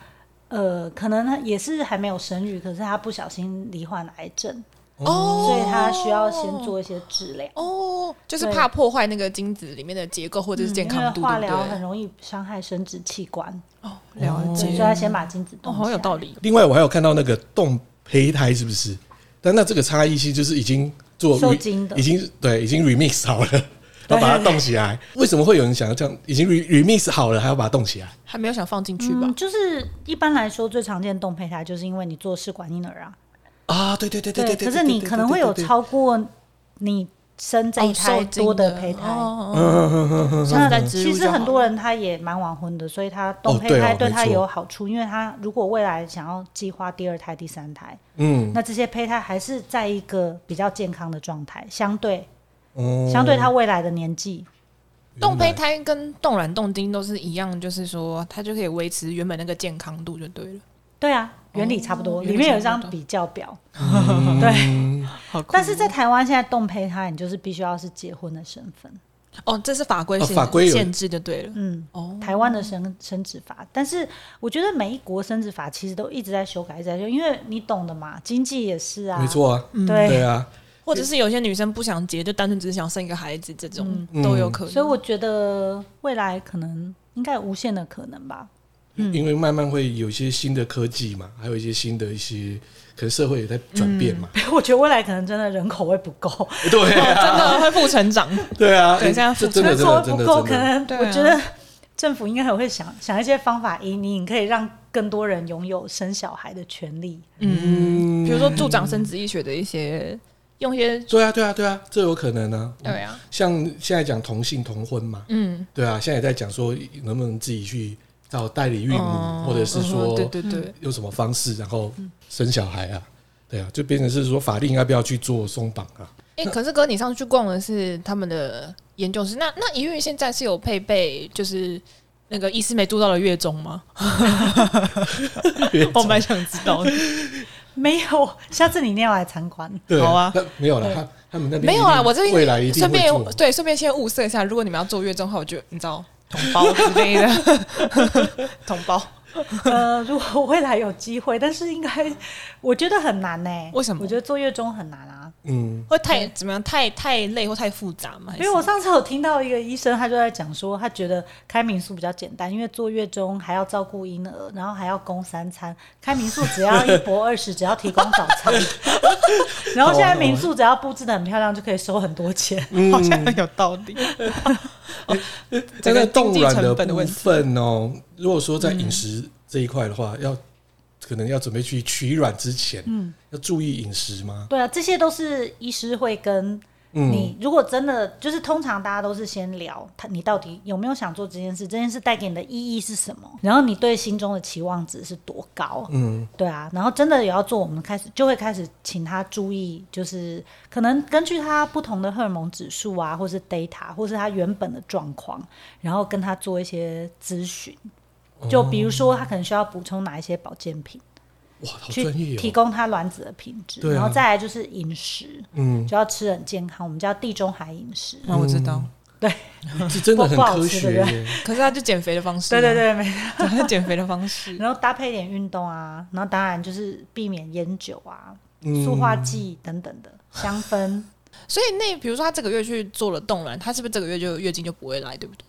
呃，可能他也是还没有生育，可是他不小心罹患癌症，
哦
所以他需要先做一些治疗。
哦，就是
对
怕破坏那个精子里面的结构或者是健康度，
因为化
对
疗
不
很
对？
容易伤害生殖器官，
哦，了
对所以
解，
他先把精子
哦，
冻起来。
好有道
嗯
理。
另外我还有看到那个冻胚胎是不是？但那这个差异性就是已经做
受精的
已经对，已经 remix 好了，然后把它冻起来。为什么会有人想要这样？已经 re remix 好了，还要把它冻起来？
还没有想放进去吧
嗯，？就是一般来说最常见的冻胚胎，就是因为你做试管婴儿啊，
啊，对对对对对，
可是你可能会有
对，
超过你生这一
哦受
胎
精
多的胚胎。
哦
对对对嗯嗯嗯嗯嗯
下次再植入
其
就
实
好
很多人他也蛮晚婚的，所以他
哦
冻胚
对哦
胎对他
没错
也有好处，因为他如果未来想要计划第二胎、第三胎，
嗯
那这些胚胎还是在一个比较健康的状态，相对
哦
相对他未来的年纪，
冻胚胎跟冻卵、冻精都是一样，就是说它就可以维持原本那个健康度就对了。
对啊，原理差不多。
哦
里面有一
原理差
张
不多
比较表，
嗯
好酷哦，
但是在台湾现在冻胚胎，你就是必须要是结婚的身份，
哦，这是法规
哦
限
法规有
限制就对了。
嗯。
哦，
台湾的生生殖法，但是我觉得每一国生殖法其实都一直在修改，一直在修，因为你懂的嘛，经济也是啊，
没，错啊，
嗯
对
对，
啊，
或者是有些女生不想结，就单纯只是想生一个孩子，这种
嗯
都有可能。
所以我觉得未来可能应该有无限的可能吧。嗯
因为慢慢会有一些新的科技嘛，还有一些新的一些，可能社会也在转变嘛，
我觉得未来可能真的人口会不够，
对
哦
啊，
真的会负成长，
对啊，
对这样
这 真的
人
真
口
的
会
真
不
的
够，
真
可
的，
能
对啊
我觉得政府应该很会想想一些方法，以你可以让更多人拥有生小孩的权利。
嗯
比如说助长生殖医学的一些用一些，
对啊，对啊，对啊，这有可能啊。
对啊，
像现在讲同性同婚嘛，
嗯，
对啊，现在也在讲说能不能自己去找代理孕母，
哦
或者是
嗯
说
对嗯对对，
用什么方式，然后生小孩啊，对啊，就变成是说法令要不要去做松绑 啊？
哎、可是哥，你上次去逛的是他们的研究室，那那医院现在是有配备就是那个医师没住到的月中 吗？
我蛮想知道的。
没有，下次你一定要来参观。
对
好啊
那没有了，
对
他他们那边
没有啦，
一定
我这边
未来一定
顺
会
便
做。
对，顺便先物色一下，如果你们要做月中的话，我就你知道同胞之类的， 同胞
呃，如果未来有机会，但是应该我觉得很难呢、
为什么
我觉得坐月中很难啊，
嗯，
会太怎么样？太太累或太复杂吗？还
因
是
为我上次有听到一个医生，他就在讲说，他觉得开民宿比较简单，因为坐月中还要照顾婴儿，然后还要供三餐，开民宿只要一博二十，只要提供早餐， 然后现在民宿只要布置的很漂亮，就可以收很多钱。
嗯
好像很有道 理。
在
整
哦那
个
冻
经济
卵
成本的
部
问题嗯
分哦，如果说在饮食这一块的话，要可能要准备去取卵之前，
嗯
要注意饮食吗？
对啊，这些都是医师会跟
嗯
你。如果真的就是，通常大家都是先聊他，你到底有没有想做这件事？这件事带给你的意义是什么？然后你对心中的期望值是多高？
嗯，
对啊，然后真的也要做，我们开始就会开始请他注意，就是可能根据他不同的荷尔蒙指数啊，或是 data，或是他原本的状况，然后跟他做一些咨询。就比如说，他可能需要补充哪一些保健品，
哇，哦好专
去
业
提
哦。
供它卵子的品质，
对啊
然后再来就是饮食，
嗯，
就要吃很健康，我们叫地中海饮食。
啊
那我知道，
嗯这真的很
不好
科
吃
学
对不
耶。
可是他就减肥的方式，
对对，对，没
他 是减肥的方式，
然后搭配一点运动啊，然后当然就是避免烟酒啊、
嗯
塑化剂等等的香氛。
所以那比如说他这个月去做了冻卵，他是不是这个月就月经就不会来，对不对？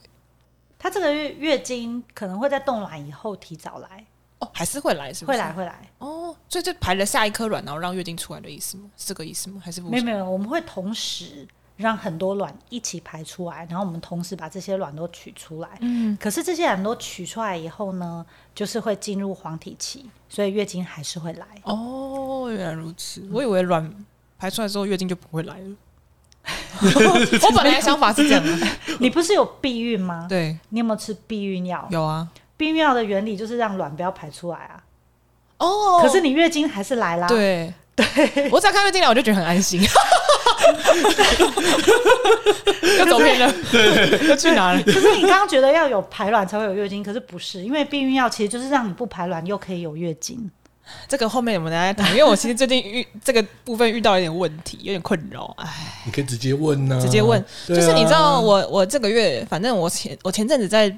它这个月月经可能会在冻卵以后提早来，
哦，还是会来，是不
会
是？
来会来，
哦，所以就排了下一颗卵，然后让月经出来的意思吗？是这个意思吗？还是不
没有
是？
没有，我们会同时让很多卵一起排出来，然后我们同时把这些卵都取出来。
嗯，
可是这些卵都取出来以后呢，就是会进入黄体期，所以月经还是会来。
哦，原来如此，我以为卵排出来之后月经就不会来了。 我本来想法是这样啊的，
你不是有避孕 吗？
对，
你有没有吃避孕药？
有啊，
避孕药的原理就是让卵不要排出来啊。
哦，
可是你月经还是来啦。
对对，我只要看月经来我就觉得很安 心。又走偏了，对，又去哪了？
可是你刚刚觉得要有排卵才会有月经，可是不是，因为避孕药其实就是让你不排卵又可以有月经。
这个后面我们来谈，因为我其实最近遇这个部分遇到一点问题，有点困扰，哎，
你可以直接问呐、
直接问，
对啊
就是你知道我我这个月，反正我前我前阵子在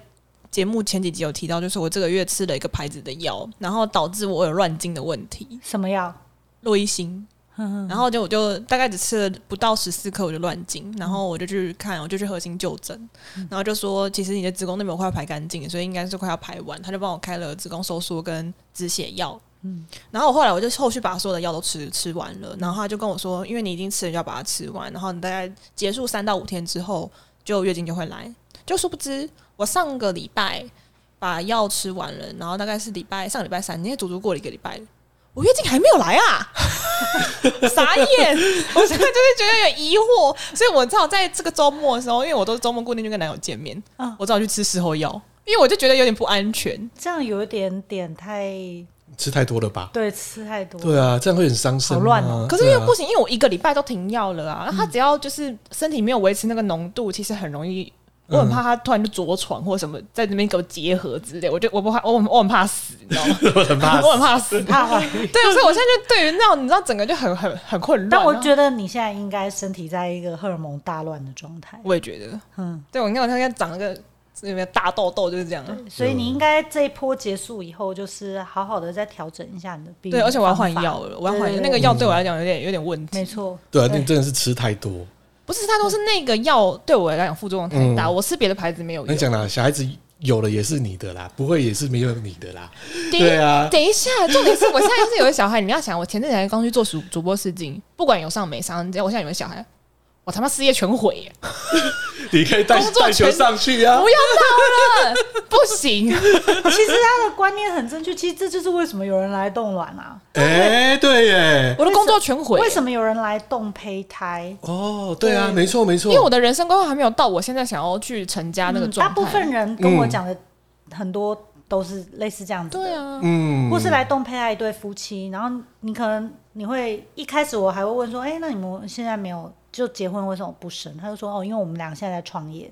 节目前几集有提到，就是我这个月吃了一个牌子的药，然后导致我有乱经的问题，
什么药？
洛伊辛。然后就我就大概只吃了不到十四克，我就乱经，然后我就去看，我就去核心就诊，然后就说其实你的子宫那边有快要排干净，所以应该是快要排完，他就帮我开了子宫收缩跟止血药。然后我后来我就后续把所有的药都吃吃完了，然后他就跟我说，因为你已经吃了，就要把它吃完，然后你大概结束三到五天之后，就月经就会来。就殊不知，我上个礼拜把药吃完了，然后大概是礼拜上个礼拜三，因为足足过了一个礼拜，我月经还没有来啊，傻 眼！我现在就是觉得有疑惑，所以我只好在这个周末的时候，因为我都是周末固定就跟男友见面，
嗯
我只好去吃事后药，因为我就觉得有点不安全。
这样有一点点太
吃太多了吧？
对，吃太多。
对啊，这样会很伤身、啊。
好乱哦
可是
对
又
啊
不行，因为我一个礼拜都停药了
嗯
啊，他只要就是身体没有维持那个浓度，其实很容易。我很怕他突然就着床或什么，在那边给我结合之类，我就我不怕，我很我很怕死，你知道吗？ 我很怕，我很怕死。
怕 怀孕。
对，啊所以我现在就对于那种你知道整个就很很很困乱。啊
但我
然后
觉得你现在应该身体在一个荷尔蒙大乱的状态，
我也觉得，
嗯，
对我你看我现在长了个那个大痘痘就是这样啊。
所以你应该这一波结束以后，就是好好的再调整一下你的病。
对，而且我要换药了，我要换药，那个药对我来讲有点有点问题。
没错，
对啊，那真的是吃太多。
不是，它都是那个药对我来讲副作用太大，我吃别的牌子没有
嗯那
用。
讲啦，小孩子有了也是你的啦，不会也是没有你的啦。
第一
对啊，
等一下，重点是我现在要是有个小孩，你要想，我前阵子才刚去做主主播试镜，不管有上没上，只要我现在有个小孩，我他妈事业全毁耶！
啊
你可以带
工作
带
全
球上去啊
不。要闹了，不 行，
其实他的观念很正确，其实这就是为什么有人来冻卵啊，
哎、对耶，
我的工作全毁。
为
么？
什么有人来冻胚胎？
哦，对啊，没错没错。
因为我的人生规划还没有到我现在想要去成家那个
嗯
状态。
大部分人跟我
嗯
讲的很多都是类似这样子的，
对啊，
嗯，
或是来动胚爱一对夫妻，然后你可能你会一开始我还会问说，哎、那你们现在没有就结婚为什么不生？他就说哦，因为我们俩现在在创业，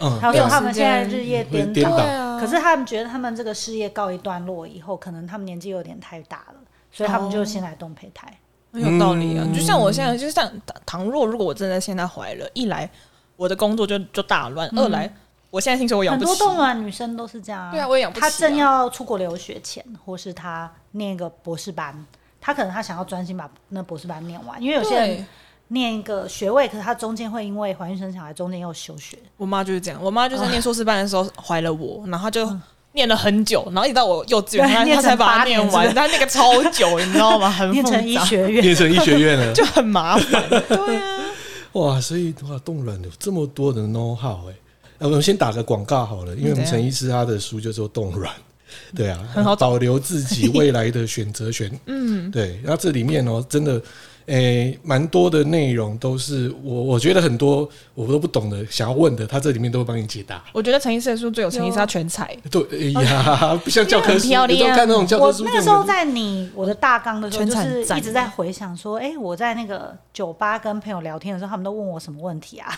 嗯，
他
对
说
啊
他 们现在日夜
会
颠
颠
倒，
倒
对啊
可是他们觉得他们这个事业告一段落以后，可能他们年纪有点太大了，所以他们就先来动胚胎。
很有道理啊！
嗯
就像我现在，就像倘若如果我真的现在怀了，一来我的工作就就大乱，二来我现在薪水我养
嗯很
不
多啊
起，
冻卵女生都是这样、啊
对啊我也养不起啊
她正要出国留学前，或是她念一个博士班，她可能她想要专心把那博士班念完，因为有些人
对，
念一个学位，可是她中间会因为怀孕生小孩，中间又休学。
我妈就是这样，我妈就是
哦
在念硕士班的时候怀了我，然后她就。念了很久，然后一直到我幼稚园，
嗯对
她
念
她才
成
把它
八
念
年
完
是。不
但那个超久，你知道吗？很
念
复杂
成医 学院，
变成医学院了。
就很麻 烦。对啊，
哇，所以哇，冻卵有这么多的 know how 哎、那我们先打个广告好了，因为我们
怎样
陈医师他的书就做冻卵，对啊，
嗯啊 很好
保留自己未来的选择权。嗯，对。然后这里面哦，真的诶，蛮多的内容都是我我觉得很多我都不懂的，想要问的，他这里面都会帮你解答。
我觉得陈医师的书最有诚意
啊
是他全才，
对，哎呀，不像教科
很
书，
漂
你都
亮
看那种教科
我
书。
那个时
根
候
本
在你我的大纲的时候，
全
就
场
是
赞
一直在回想说，哎、我在那个酒吧跟朋友聊天的时候，他们都问我什么问 题啊？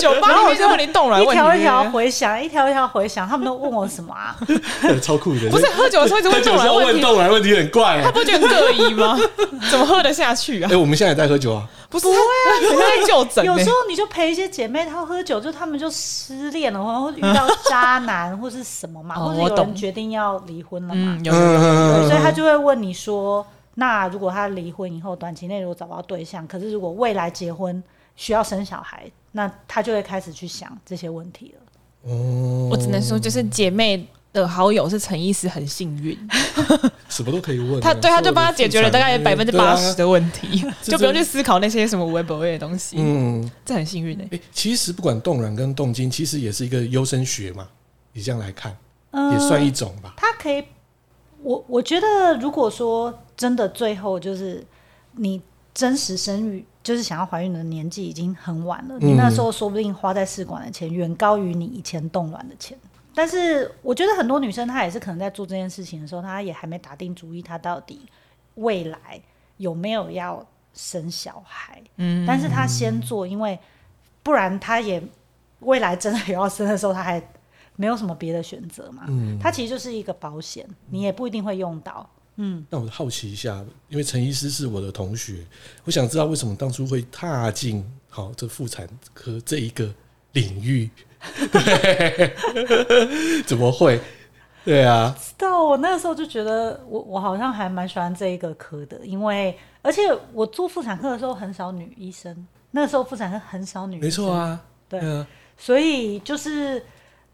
酒吧里面就问你动软
一
问
条一条
题，
回想，一条一条回想，他们都问我什 么啊？
超酷的，
不是喝酒的时候一直
喝
问
酒
动
的时
软
候
问
问
题，
动来问题很怪、欸。
不觉得很各异吗？ 怎么喝得下去啊
哎、？我们现在也在喝酒啊，
不是，人家在就诊欸
有时
呢
候。你就陪一些姐妹，她喝酒，就她们就失恋了，然后遇到渣男或是什么嘛，
哦
或者
我
有
懂
人决定要离婚了嘛，
嗯，有有有
嗯，
对所
嗯
以他就会问你说，那如果他离婚以后，短期内如果找不到对象，可是如果未来结婚需要生小孩，那他就会开始去想这些问题了。
嗯
我只能说，就是姐妹的好友是陈医师，很幸运，
什么都可以问啊、
嗯他对他就帮他解决了大概百分之八十
对啊。
的问题，
这
就不用去思考那些什么微博微的东西，
嗯，
这很幸运欸的。
哎、其实不管动软跟动经，其实也是一个优生学嘛，你这样来看、
嗯
也算一种吧。
他可以，我我觉得，如果说真的最后就是你真实生育，就是想要怀孕的年纪已经很晚了，你那时候说不定花在试管的钱远高于你以前冻卵的钱。但是我觉得很多女生她也是可能在做这件事情的时候，她也还没打定主意，她到底未来有没有要生小孩。嗯，但是她先做，因为不然她也未来真的有要生的时候，她还没有什么别的选择嘛。
嗯，
它其实就是一个保险，你也不一定会用到。嗯
那我好奇一下，因为陈医师是我的同学，我想知道为什么当初会踏进好这妇产科这一个领域？ 对，怎么会？对 啊，
知道我那时候就觉得我，我好像还蛮喜欢这一个科的，因为而且我做妇产科的时候很少女医生，那时候妇产科很少女医生，
没错，啊，
对
啊，
所以就是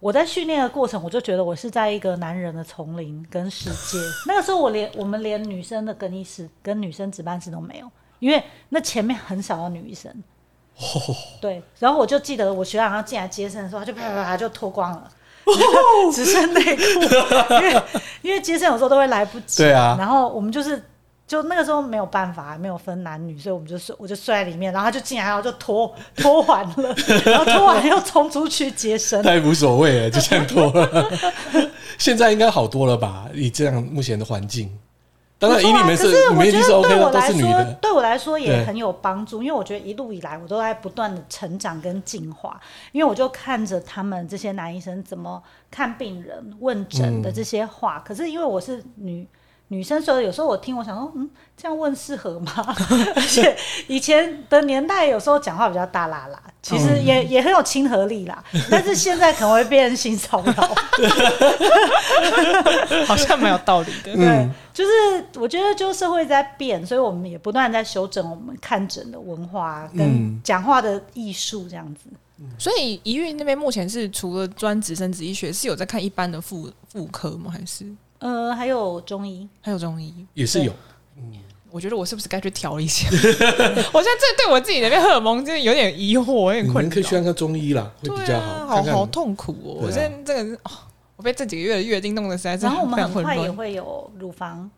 我在训练的过程，我就觉得我是在一个男人的丛林跟 世界。那个时候我连我们连女生的更衣室跟女生值班室都没有，因为那前面很少有女医生。
哦
对，然后我就记得我学长要进来接生的时候，他就啪啪啪啪就脱光了。
哦
只剩内裤，因为 因为接生有时候都会来不及，
对啊
然后我们就是就那个时候没有办法，没有分男女，所以我们就睡，我就睡在里面，然后他就进来，然后就脱脱完了，然后脱完又冲出去 接生。
那也无所谓啊了，就这样多了。 现在应该好多了吧？以这样目前的环境，当然以你们
不错啊可
你
我
们一
觉
定
得
是 OK
对我
的，都
来
是女
说
的，，
对我来说
对
也很有帮助，因为我觉得一路以来我都在不断的成长跟进化，因为我就看着他们这些男医生怎么看病人、问诊
嗯
的这些话，可是因为我是女。女生所以有时候我听，我想说，嗯，这样问适合吗？ 而且以前的年代，有时候讲话比较大啦啦，其
嗯
实也、也很有亲和力啦。但是现在可能会变性骚扰，
好像蛮有道理的。
对，就是我觉得就社会在变，所以我们也不断地在修整我们看诊的文化
嗯
跟讲话的艺术这样子。
所以宜韵那边目前是除了专职生殖医学，是有在看一般的妇妇科吗？还是
呃，还有中医，
还有中医？
也是有。
我觉得我是不是该去调一下？ 我现在这对我自己那边荷尔蒙真的有点疑惑，有点
你
困
们
扰。
可以去看看中医啦，会
对
比较
啊、
好。
好
看
好
看
痛苦哦！
对啊
我现在这个是哦，我被这几个月的月经弄得实在是
然后我
非
们
常
很
混
快也
乱。
会有乳房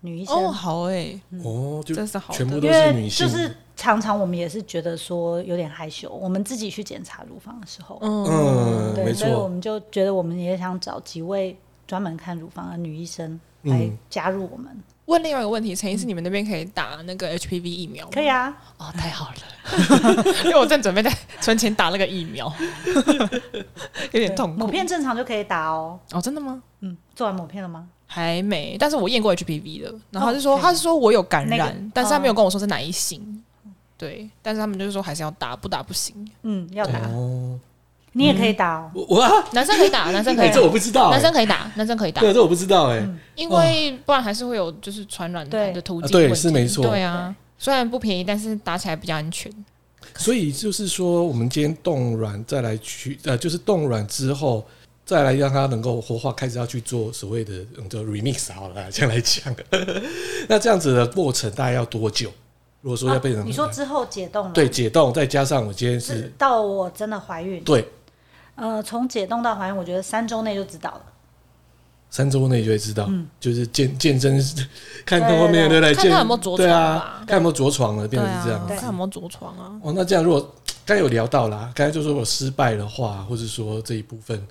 女医
哦，
生，
好哎、
哦，就
这是好的
全部都
因
是
为
女
就
性，
是常常我们也是觉得说有点害羞，我们自己去检查乳房的时候，
嗯，没
对，所以我
错，
们就觉得我们也想找几位专门看乳房的女医生来
嗯
加入我们，
问另外一个问题，陈医师，你们那边可以打那个 HPV 疫苗吗？
可以啊。
哦，太好了， 因为我正准备在存钱打那个疫 苗，有点痛
抹
苦。
片正常就可以打哦。
哦，真的吗？
嗯，做完抹片了吗？
还没，但是我验过 HPV 的，然后他是
哦
说、
可以
他是说我有感染，
那个哦
但是他没有跟我说是哪一型。对，但是他们就是说还是要打，不打不行。
嗯，要打，
哦，
你也可以打哦。
我我啊
男生可以打，男生可
哎，
以
这我
打，
不知道，哎
男生可以打，男生可以打，
对，这我不知道哎，
因为不然还是会有就是传染
对
的途
啊
径
对
问题。
是没错
对啊，虽然不便宜，但是打起来比较安全。
所以就是说，我们今天冻卵再来去呃，就是冻卵之后。再来让它能够活化，开始要去做所谓的嗯，叫 remix 好了，这样来讲。 那这样子的过程大概要多久？如果说要变成、
啊你说之后解冻了，
对，解冻，再加上我今天
是
是
到我真的怀孕，
对
呃，从解冻到怀孕，我觉得三周内就知道了。
三周内就会知道，就是健健身，看看后面对不对？
看
健
他有没有着
对
床
啊
吧，
看有没有着床了，
对
变成
啊
是这样。，
对
看有没有着床啊。
哦，那这样如果刚才有聊到啦，刚才就说我失败的话，或者说这一部分，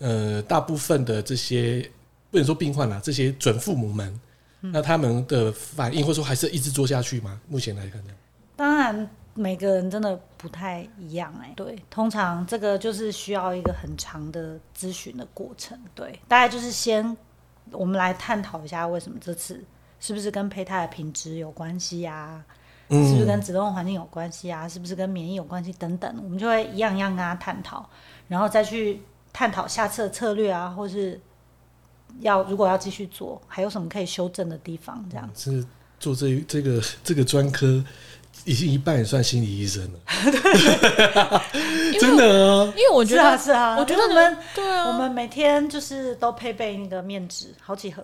呃，大部分的这些不能说病患啦，这些准父母们，
嗯
那他们的反应，或者说还是一直做下去吗？目前来看呢，
当然，每个人真的不太一样哎、对，通常这个就是需要一个很长的咨询的过程。对，大概就是先我们来探讨一下为什么这次是不是跟胚胎的品质有关系啊呀、是
嗯
不是跟子宫环境有关系啊？是不是跟免疫有关系等等，我们就会一样一样跟他探讨，然后再去探讨下次的策略啊，或是要如果要继续做，还有什么可以修正的地方这样。
是做这这个这个专科，已经一半也算心理医生
哎
了，真的啊，
因为我觉
是啊，
得，
是啊，
我觉
因为
得
我们
对啊，
我们每天就是都配备那个面纸，好几盒。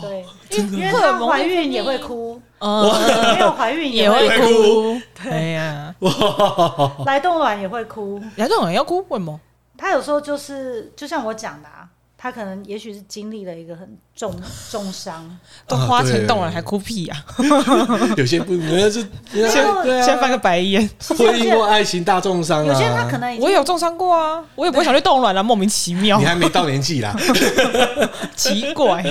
对，因为因为
荷尔
她
蒙
怀
会分
孕
泌
也会哭，
嗯，
没有怀孕
也
也会
会哭。哎
啊
呀，
哭，来冻卵也会哭。
杨总要哭，为
啊
什么？
她有时候就是，就像我讲的啊，她可能也许是经历了一个很重重伤，
都
啊
花钱
对
动了还哭屁
啊
呀！
有些不，那 是先对
先
啊，
翻个白眼。
婚姻或爱情大重伤啊，
有些人她可能已
我
经
也有重伤过啊，我也不会想去冻卵啊，莫名其妙
你，还没到年纪啦，
奇 怪。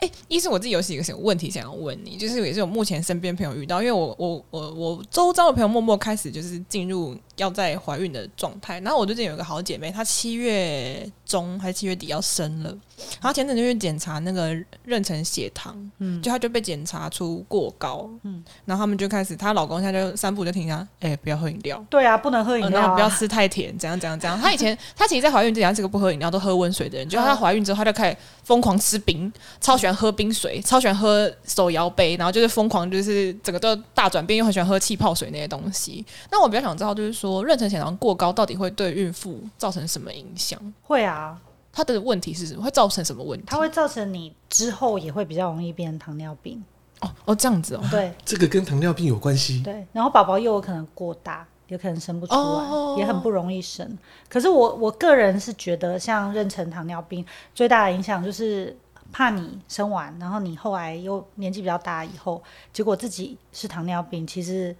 哎、医生，我自己有几个小问题想要问你，就是也是我目前身边朋友遇到，因为我我我我周遭的朋友默默开始就是进入要在怀孕的状态，然后我最近有一个好姐妹，她七月中还是七月底要生了，然后前阵子就去检查那个妊娠血糖，嗯，就她就被检查出过高，嗯，然后他们就开始，她老公现在就散步就听她，哎、不要喝饮料，
对啊，不能喝饮
嗯，
料、
然后
啊，
不要吃太甜，怎样怎样怎样。她以前她其实，在怀孕之前她是个不喝饮料都喝温水的
嗯
人，就她怀孕之后，她就开始疯狂吃冰，超喜欢喝冰水，超喜欢喝手摇杯，然后就是疯狂就是整个都大转变，又很喜欢喝气泡水那些东西。那我比较想知道，就是说妊娠血糖过高到底会对孕妇造成什么影响？
会啊，
她的问题是什么？会造成什么问题？
它会造成你之后也会比较容易变糖尿病。
哦哦这样子哦
对
这个跟糖尿病有关系，
对，然后宝宝又有可能过大，有可能生不出来，
哦
也很不容易生。可是我我个人是觉得，像妊娠糖尿病最大的影响就是怕你生完，然后你后来又年纪比较大以后，结果自己是糖尿病，其实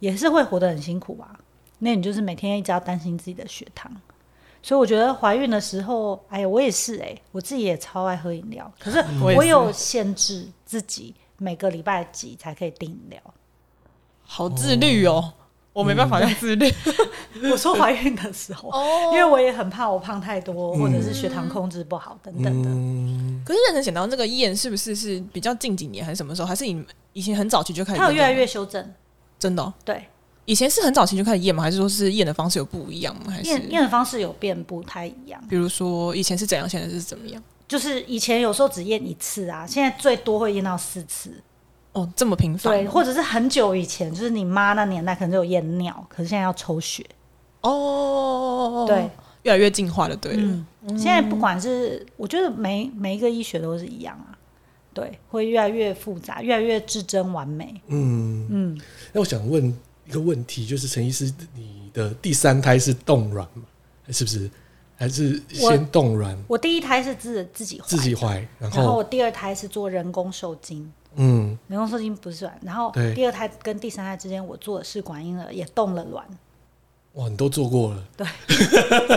也是会活得很辛苦吧。那你就是每天一直要担心自己的血糖。所以我觉得怀孕的时候，哎呀，我也是哎、我自己也超爱喝饮料，可是
嗯我也
我
是
有限制自己每个礼拜几才可以订饮料。
好自律哦，我没办法这样自律。
我说怀孕的时
哦
候，因为我也很怕我胖太多，或者是血糖控制不好等等的。
嗯，
可是妊娠血糖这个验是不是是比较近几年还是什么时候？还是你们以前很早期就开始
它有
验的吗？
越来越修正，
真的哦、
对，
以前是很早期就开始验吗？还是说是验的方式有不一样吗？还是
验验的方式有变不太一样。
比如说以前是怎样，现在是怎么样？
就是以前有时候只验一次啊，现在最多会验到四次，
哦，这么频繁哦、
对，或者是很久以前，就是你妈那年代可能就有验尿，可是现在要抽血，
哦，
对，，
越来越进化了，对了。
嗯，现在不管是我觉得每每一个医学都是一样啊，对，会越来越复杂，越来越至真完美，
嗯，
嗯，
那我想问一个问题，就是陈医师，你的第三胎是冻卵吗？是不是？还是先冻卵
我第一胎是自自己怀
自己怀，然
然后我
后
第二胎是做人工受精，
嗯，
人工受精不是卵，然后
对
第二胎跟第三胎之间，我做了试管婴儿，也动了卵，
哇，你都做过了，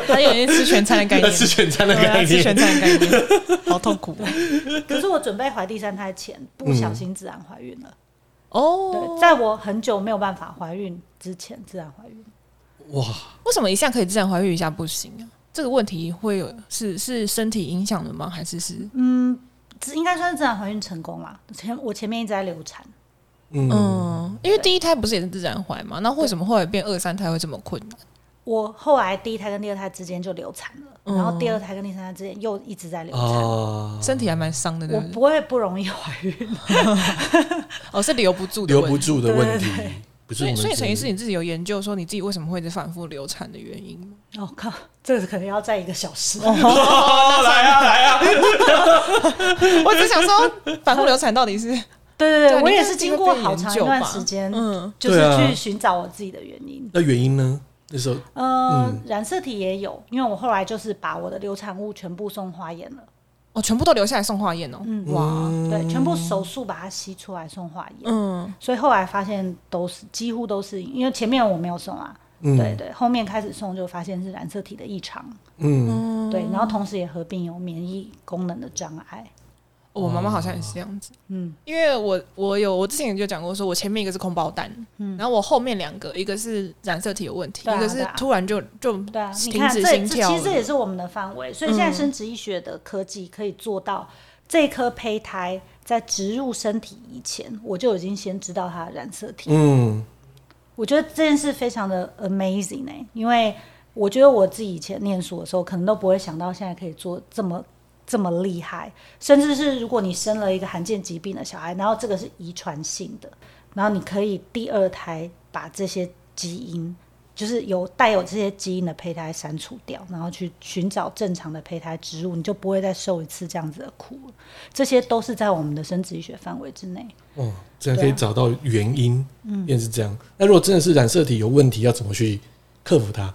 还有一些吃全餐的概
那
念，
吃全餐的
对啊
概
吃全
念，
餐的概 念，好痛苦
啊可是我准备怀第三胎前，不小心自然怀孕了。
哦。
对，在我很久没有办法怀孕之前，自然怀孕。
哇，
为什么一下可以自然怀孕，一下不行啊？这个问题会有是是身体影响的吗？还是是
嗯这应该算是自然怀孕成功啦。前我前面一直在流产，
嗯，
嗯，因为第一胎不是也是自然怀嘛？那为什么后来变二三胎会这么困难？
我后来第一胎跟第二胎之间就流产了，然后第二胎跟第三胎之间又一直在流产。
啊，
身体还蛮伤的，对
我
不对？
不会不容易怀孕，
哦，是留不住的
留
问题，
不住的问题
对对对，
不是
所
我
以，
们
所以
自
陈
己
医师，你自己有研究说你自己为什么会一直反复流产的原 因吗？
我、哦靠，这个可能要在一个小时。
哦，来啊来啊，
我只想说，反复流产到底 是
对对
对
对，我
你
也
应该
是
是
经
有
过
被
好
研
长一
究
段
吧
时间，
嗯
就
对
是
啊
去寻找我自己的原因。
那原因呢？那时候
呃，染色体也有，因为我后来就是把我的流产物全部送化验了，
哦，全部都留下来送化验哦。
嗯，
哇，
对，全部手术把它吸出来送化验，
嗯，
所以后来发现都是几乎都是，因为前面我没有送啊，
嗯
对对，后面开始送就发现是染色体的异常，
嗯，
对，然后同时也合并有免疫功能的障碍，
哦我妈妈好像也是这样子。
嗯，
因为我我有我之前就讲过，说我前面一个是空包蛋，然后我后面两个，一个是染色体有问题，
嗯对啊
一个是突然就就
对啊，你
停
看
止
这
心
这
跳
其实这也
了。
是我们的范围，所以现在生殖医学的科技可以做到，这颗胚胎在植入身体以前，我就已经先知道它的染色体。
嗯，
我觉得这件事非常的 amazing 呢、因为我觉得我自己以前念书的时候，可能都不会想到现在可以做这么这么厉害，甚至是如果你生了一个罕见疾病的小孩，然后这个是遗传性的，然后你可以第二胎把这些基因。就是有带有这些基因的胚胎删除掉，然后去寻找正常的胚胎植入，你就不会再受一次这样子的苦了。这些都是在我们的生殖医学范围之内。
哦，这样可以找到原因，嗯，便是这样。那如果真的是染色体有问题，要怎么去克服它？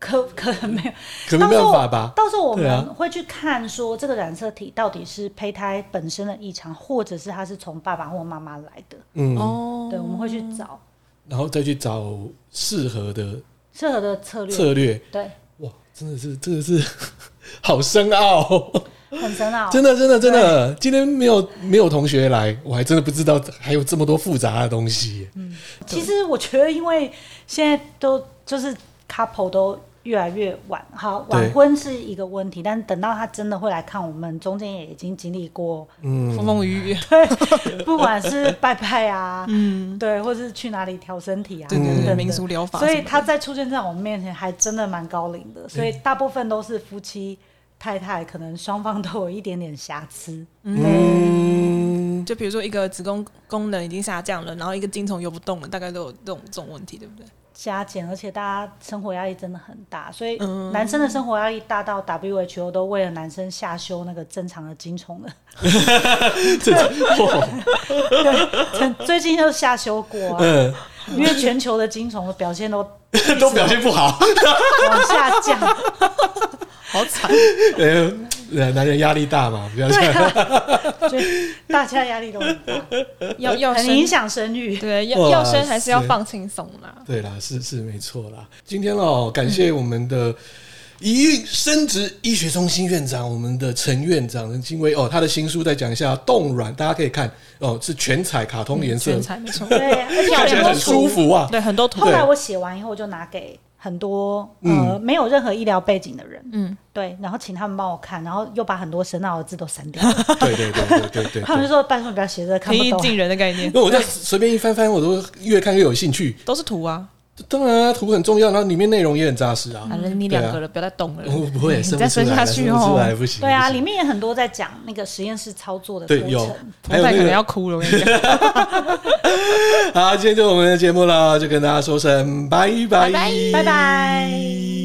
可可能没有，
可没办法吧？
到时候我
对
们
啊
会去看说这个染色体到底是胚胎本身的异常，或者是它是从爸爸或妈妈来的。
嗯，
哦，
对，我们会去找
然后再去找适合的
适合的策略。
策略。
对，
哇，真的是，真的是 好深奥哦，
很深奥。
真的，真的，真的。今天没有没有同学来，我还真的不知道还有这么多复杂的东西耶。
其实我觉得，因为现在都就是 couple 都越来越晚，好
对
晚婚是一个问题，但是等到他真的会来看我们，中间也已经经历过，
风风雨雨，
不管是拜拜啊，嗯，对，或是去哪里调身体啊，
对对
等
对，
等
民
的
俗疗法什
所
么的，
以他在出现在我们面前还真的蛮高龄的，所以大部分都是夫妻太太，可能双方都有一点点瑕疵。
嗯，
就比如说一个子宫功能已经下降了，然后一个精虫游不动了，大概都有这种这种问题，对不对？
加减，而且大家生活压力真的很大，所以
嗯
男生的生活压力大到 WHO 都为了男生下修那个正常的精虫的，
这哦，
最近就下修过啊，
嗯，
因为全球的精虫的表现都
都表现不好。
往下降。
好 惨，
呃，男人压力大嘛，不要这
对
样。
啊，所以大家压力都很大，
哦
要要
很
生
影响生 育。
对，要
哇
要生还是要
塞
放轻松啦。
对啦，是是没错啦。今天哦，感谢我们的一孕生殖医学中心院长，我们的陈院长陈金威哦，他的新书再讲一下冻卵，大家可以看哦，是全彩卡通颜色
嗯
全，才没错，
对，而且
看起
很
来
多
很
厨
舒服啊。
对，很多图
后
对嗯
来我写完以后，我就拿给很多呃、没有任何医疗背景的人，
嗯，
对，然后请他们帮我看，然后又把很多深奥的字都删掉。
对对对对对对
他 们就
对。
说：“拜托你不要写这个，看
平
不
易
啊
懂。
近人的概念
那我这样随便一翻翻，我都越看越有兴趣。
都是图啊，
当然、啊，图很重要，然后里面内容也很扎实啊。
反正你
对啊
两个了，不要再动了。
嗯我不会生
你
不
再
出
生
来
下
了，
去
生不出来
哦，
不行。”
对啊，
不行
里面也很多在讲那个实验室操作的过
对有
程。，
图
还有
太
那
可能
个
要哭了，我跟你讲。
好，今天就是我们的节目了，就跟大家说声拜
拜
拜，
拜
拜拜。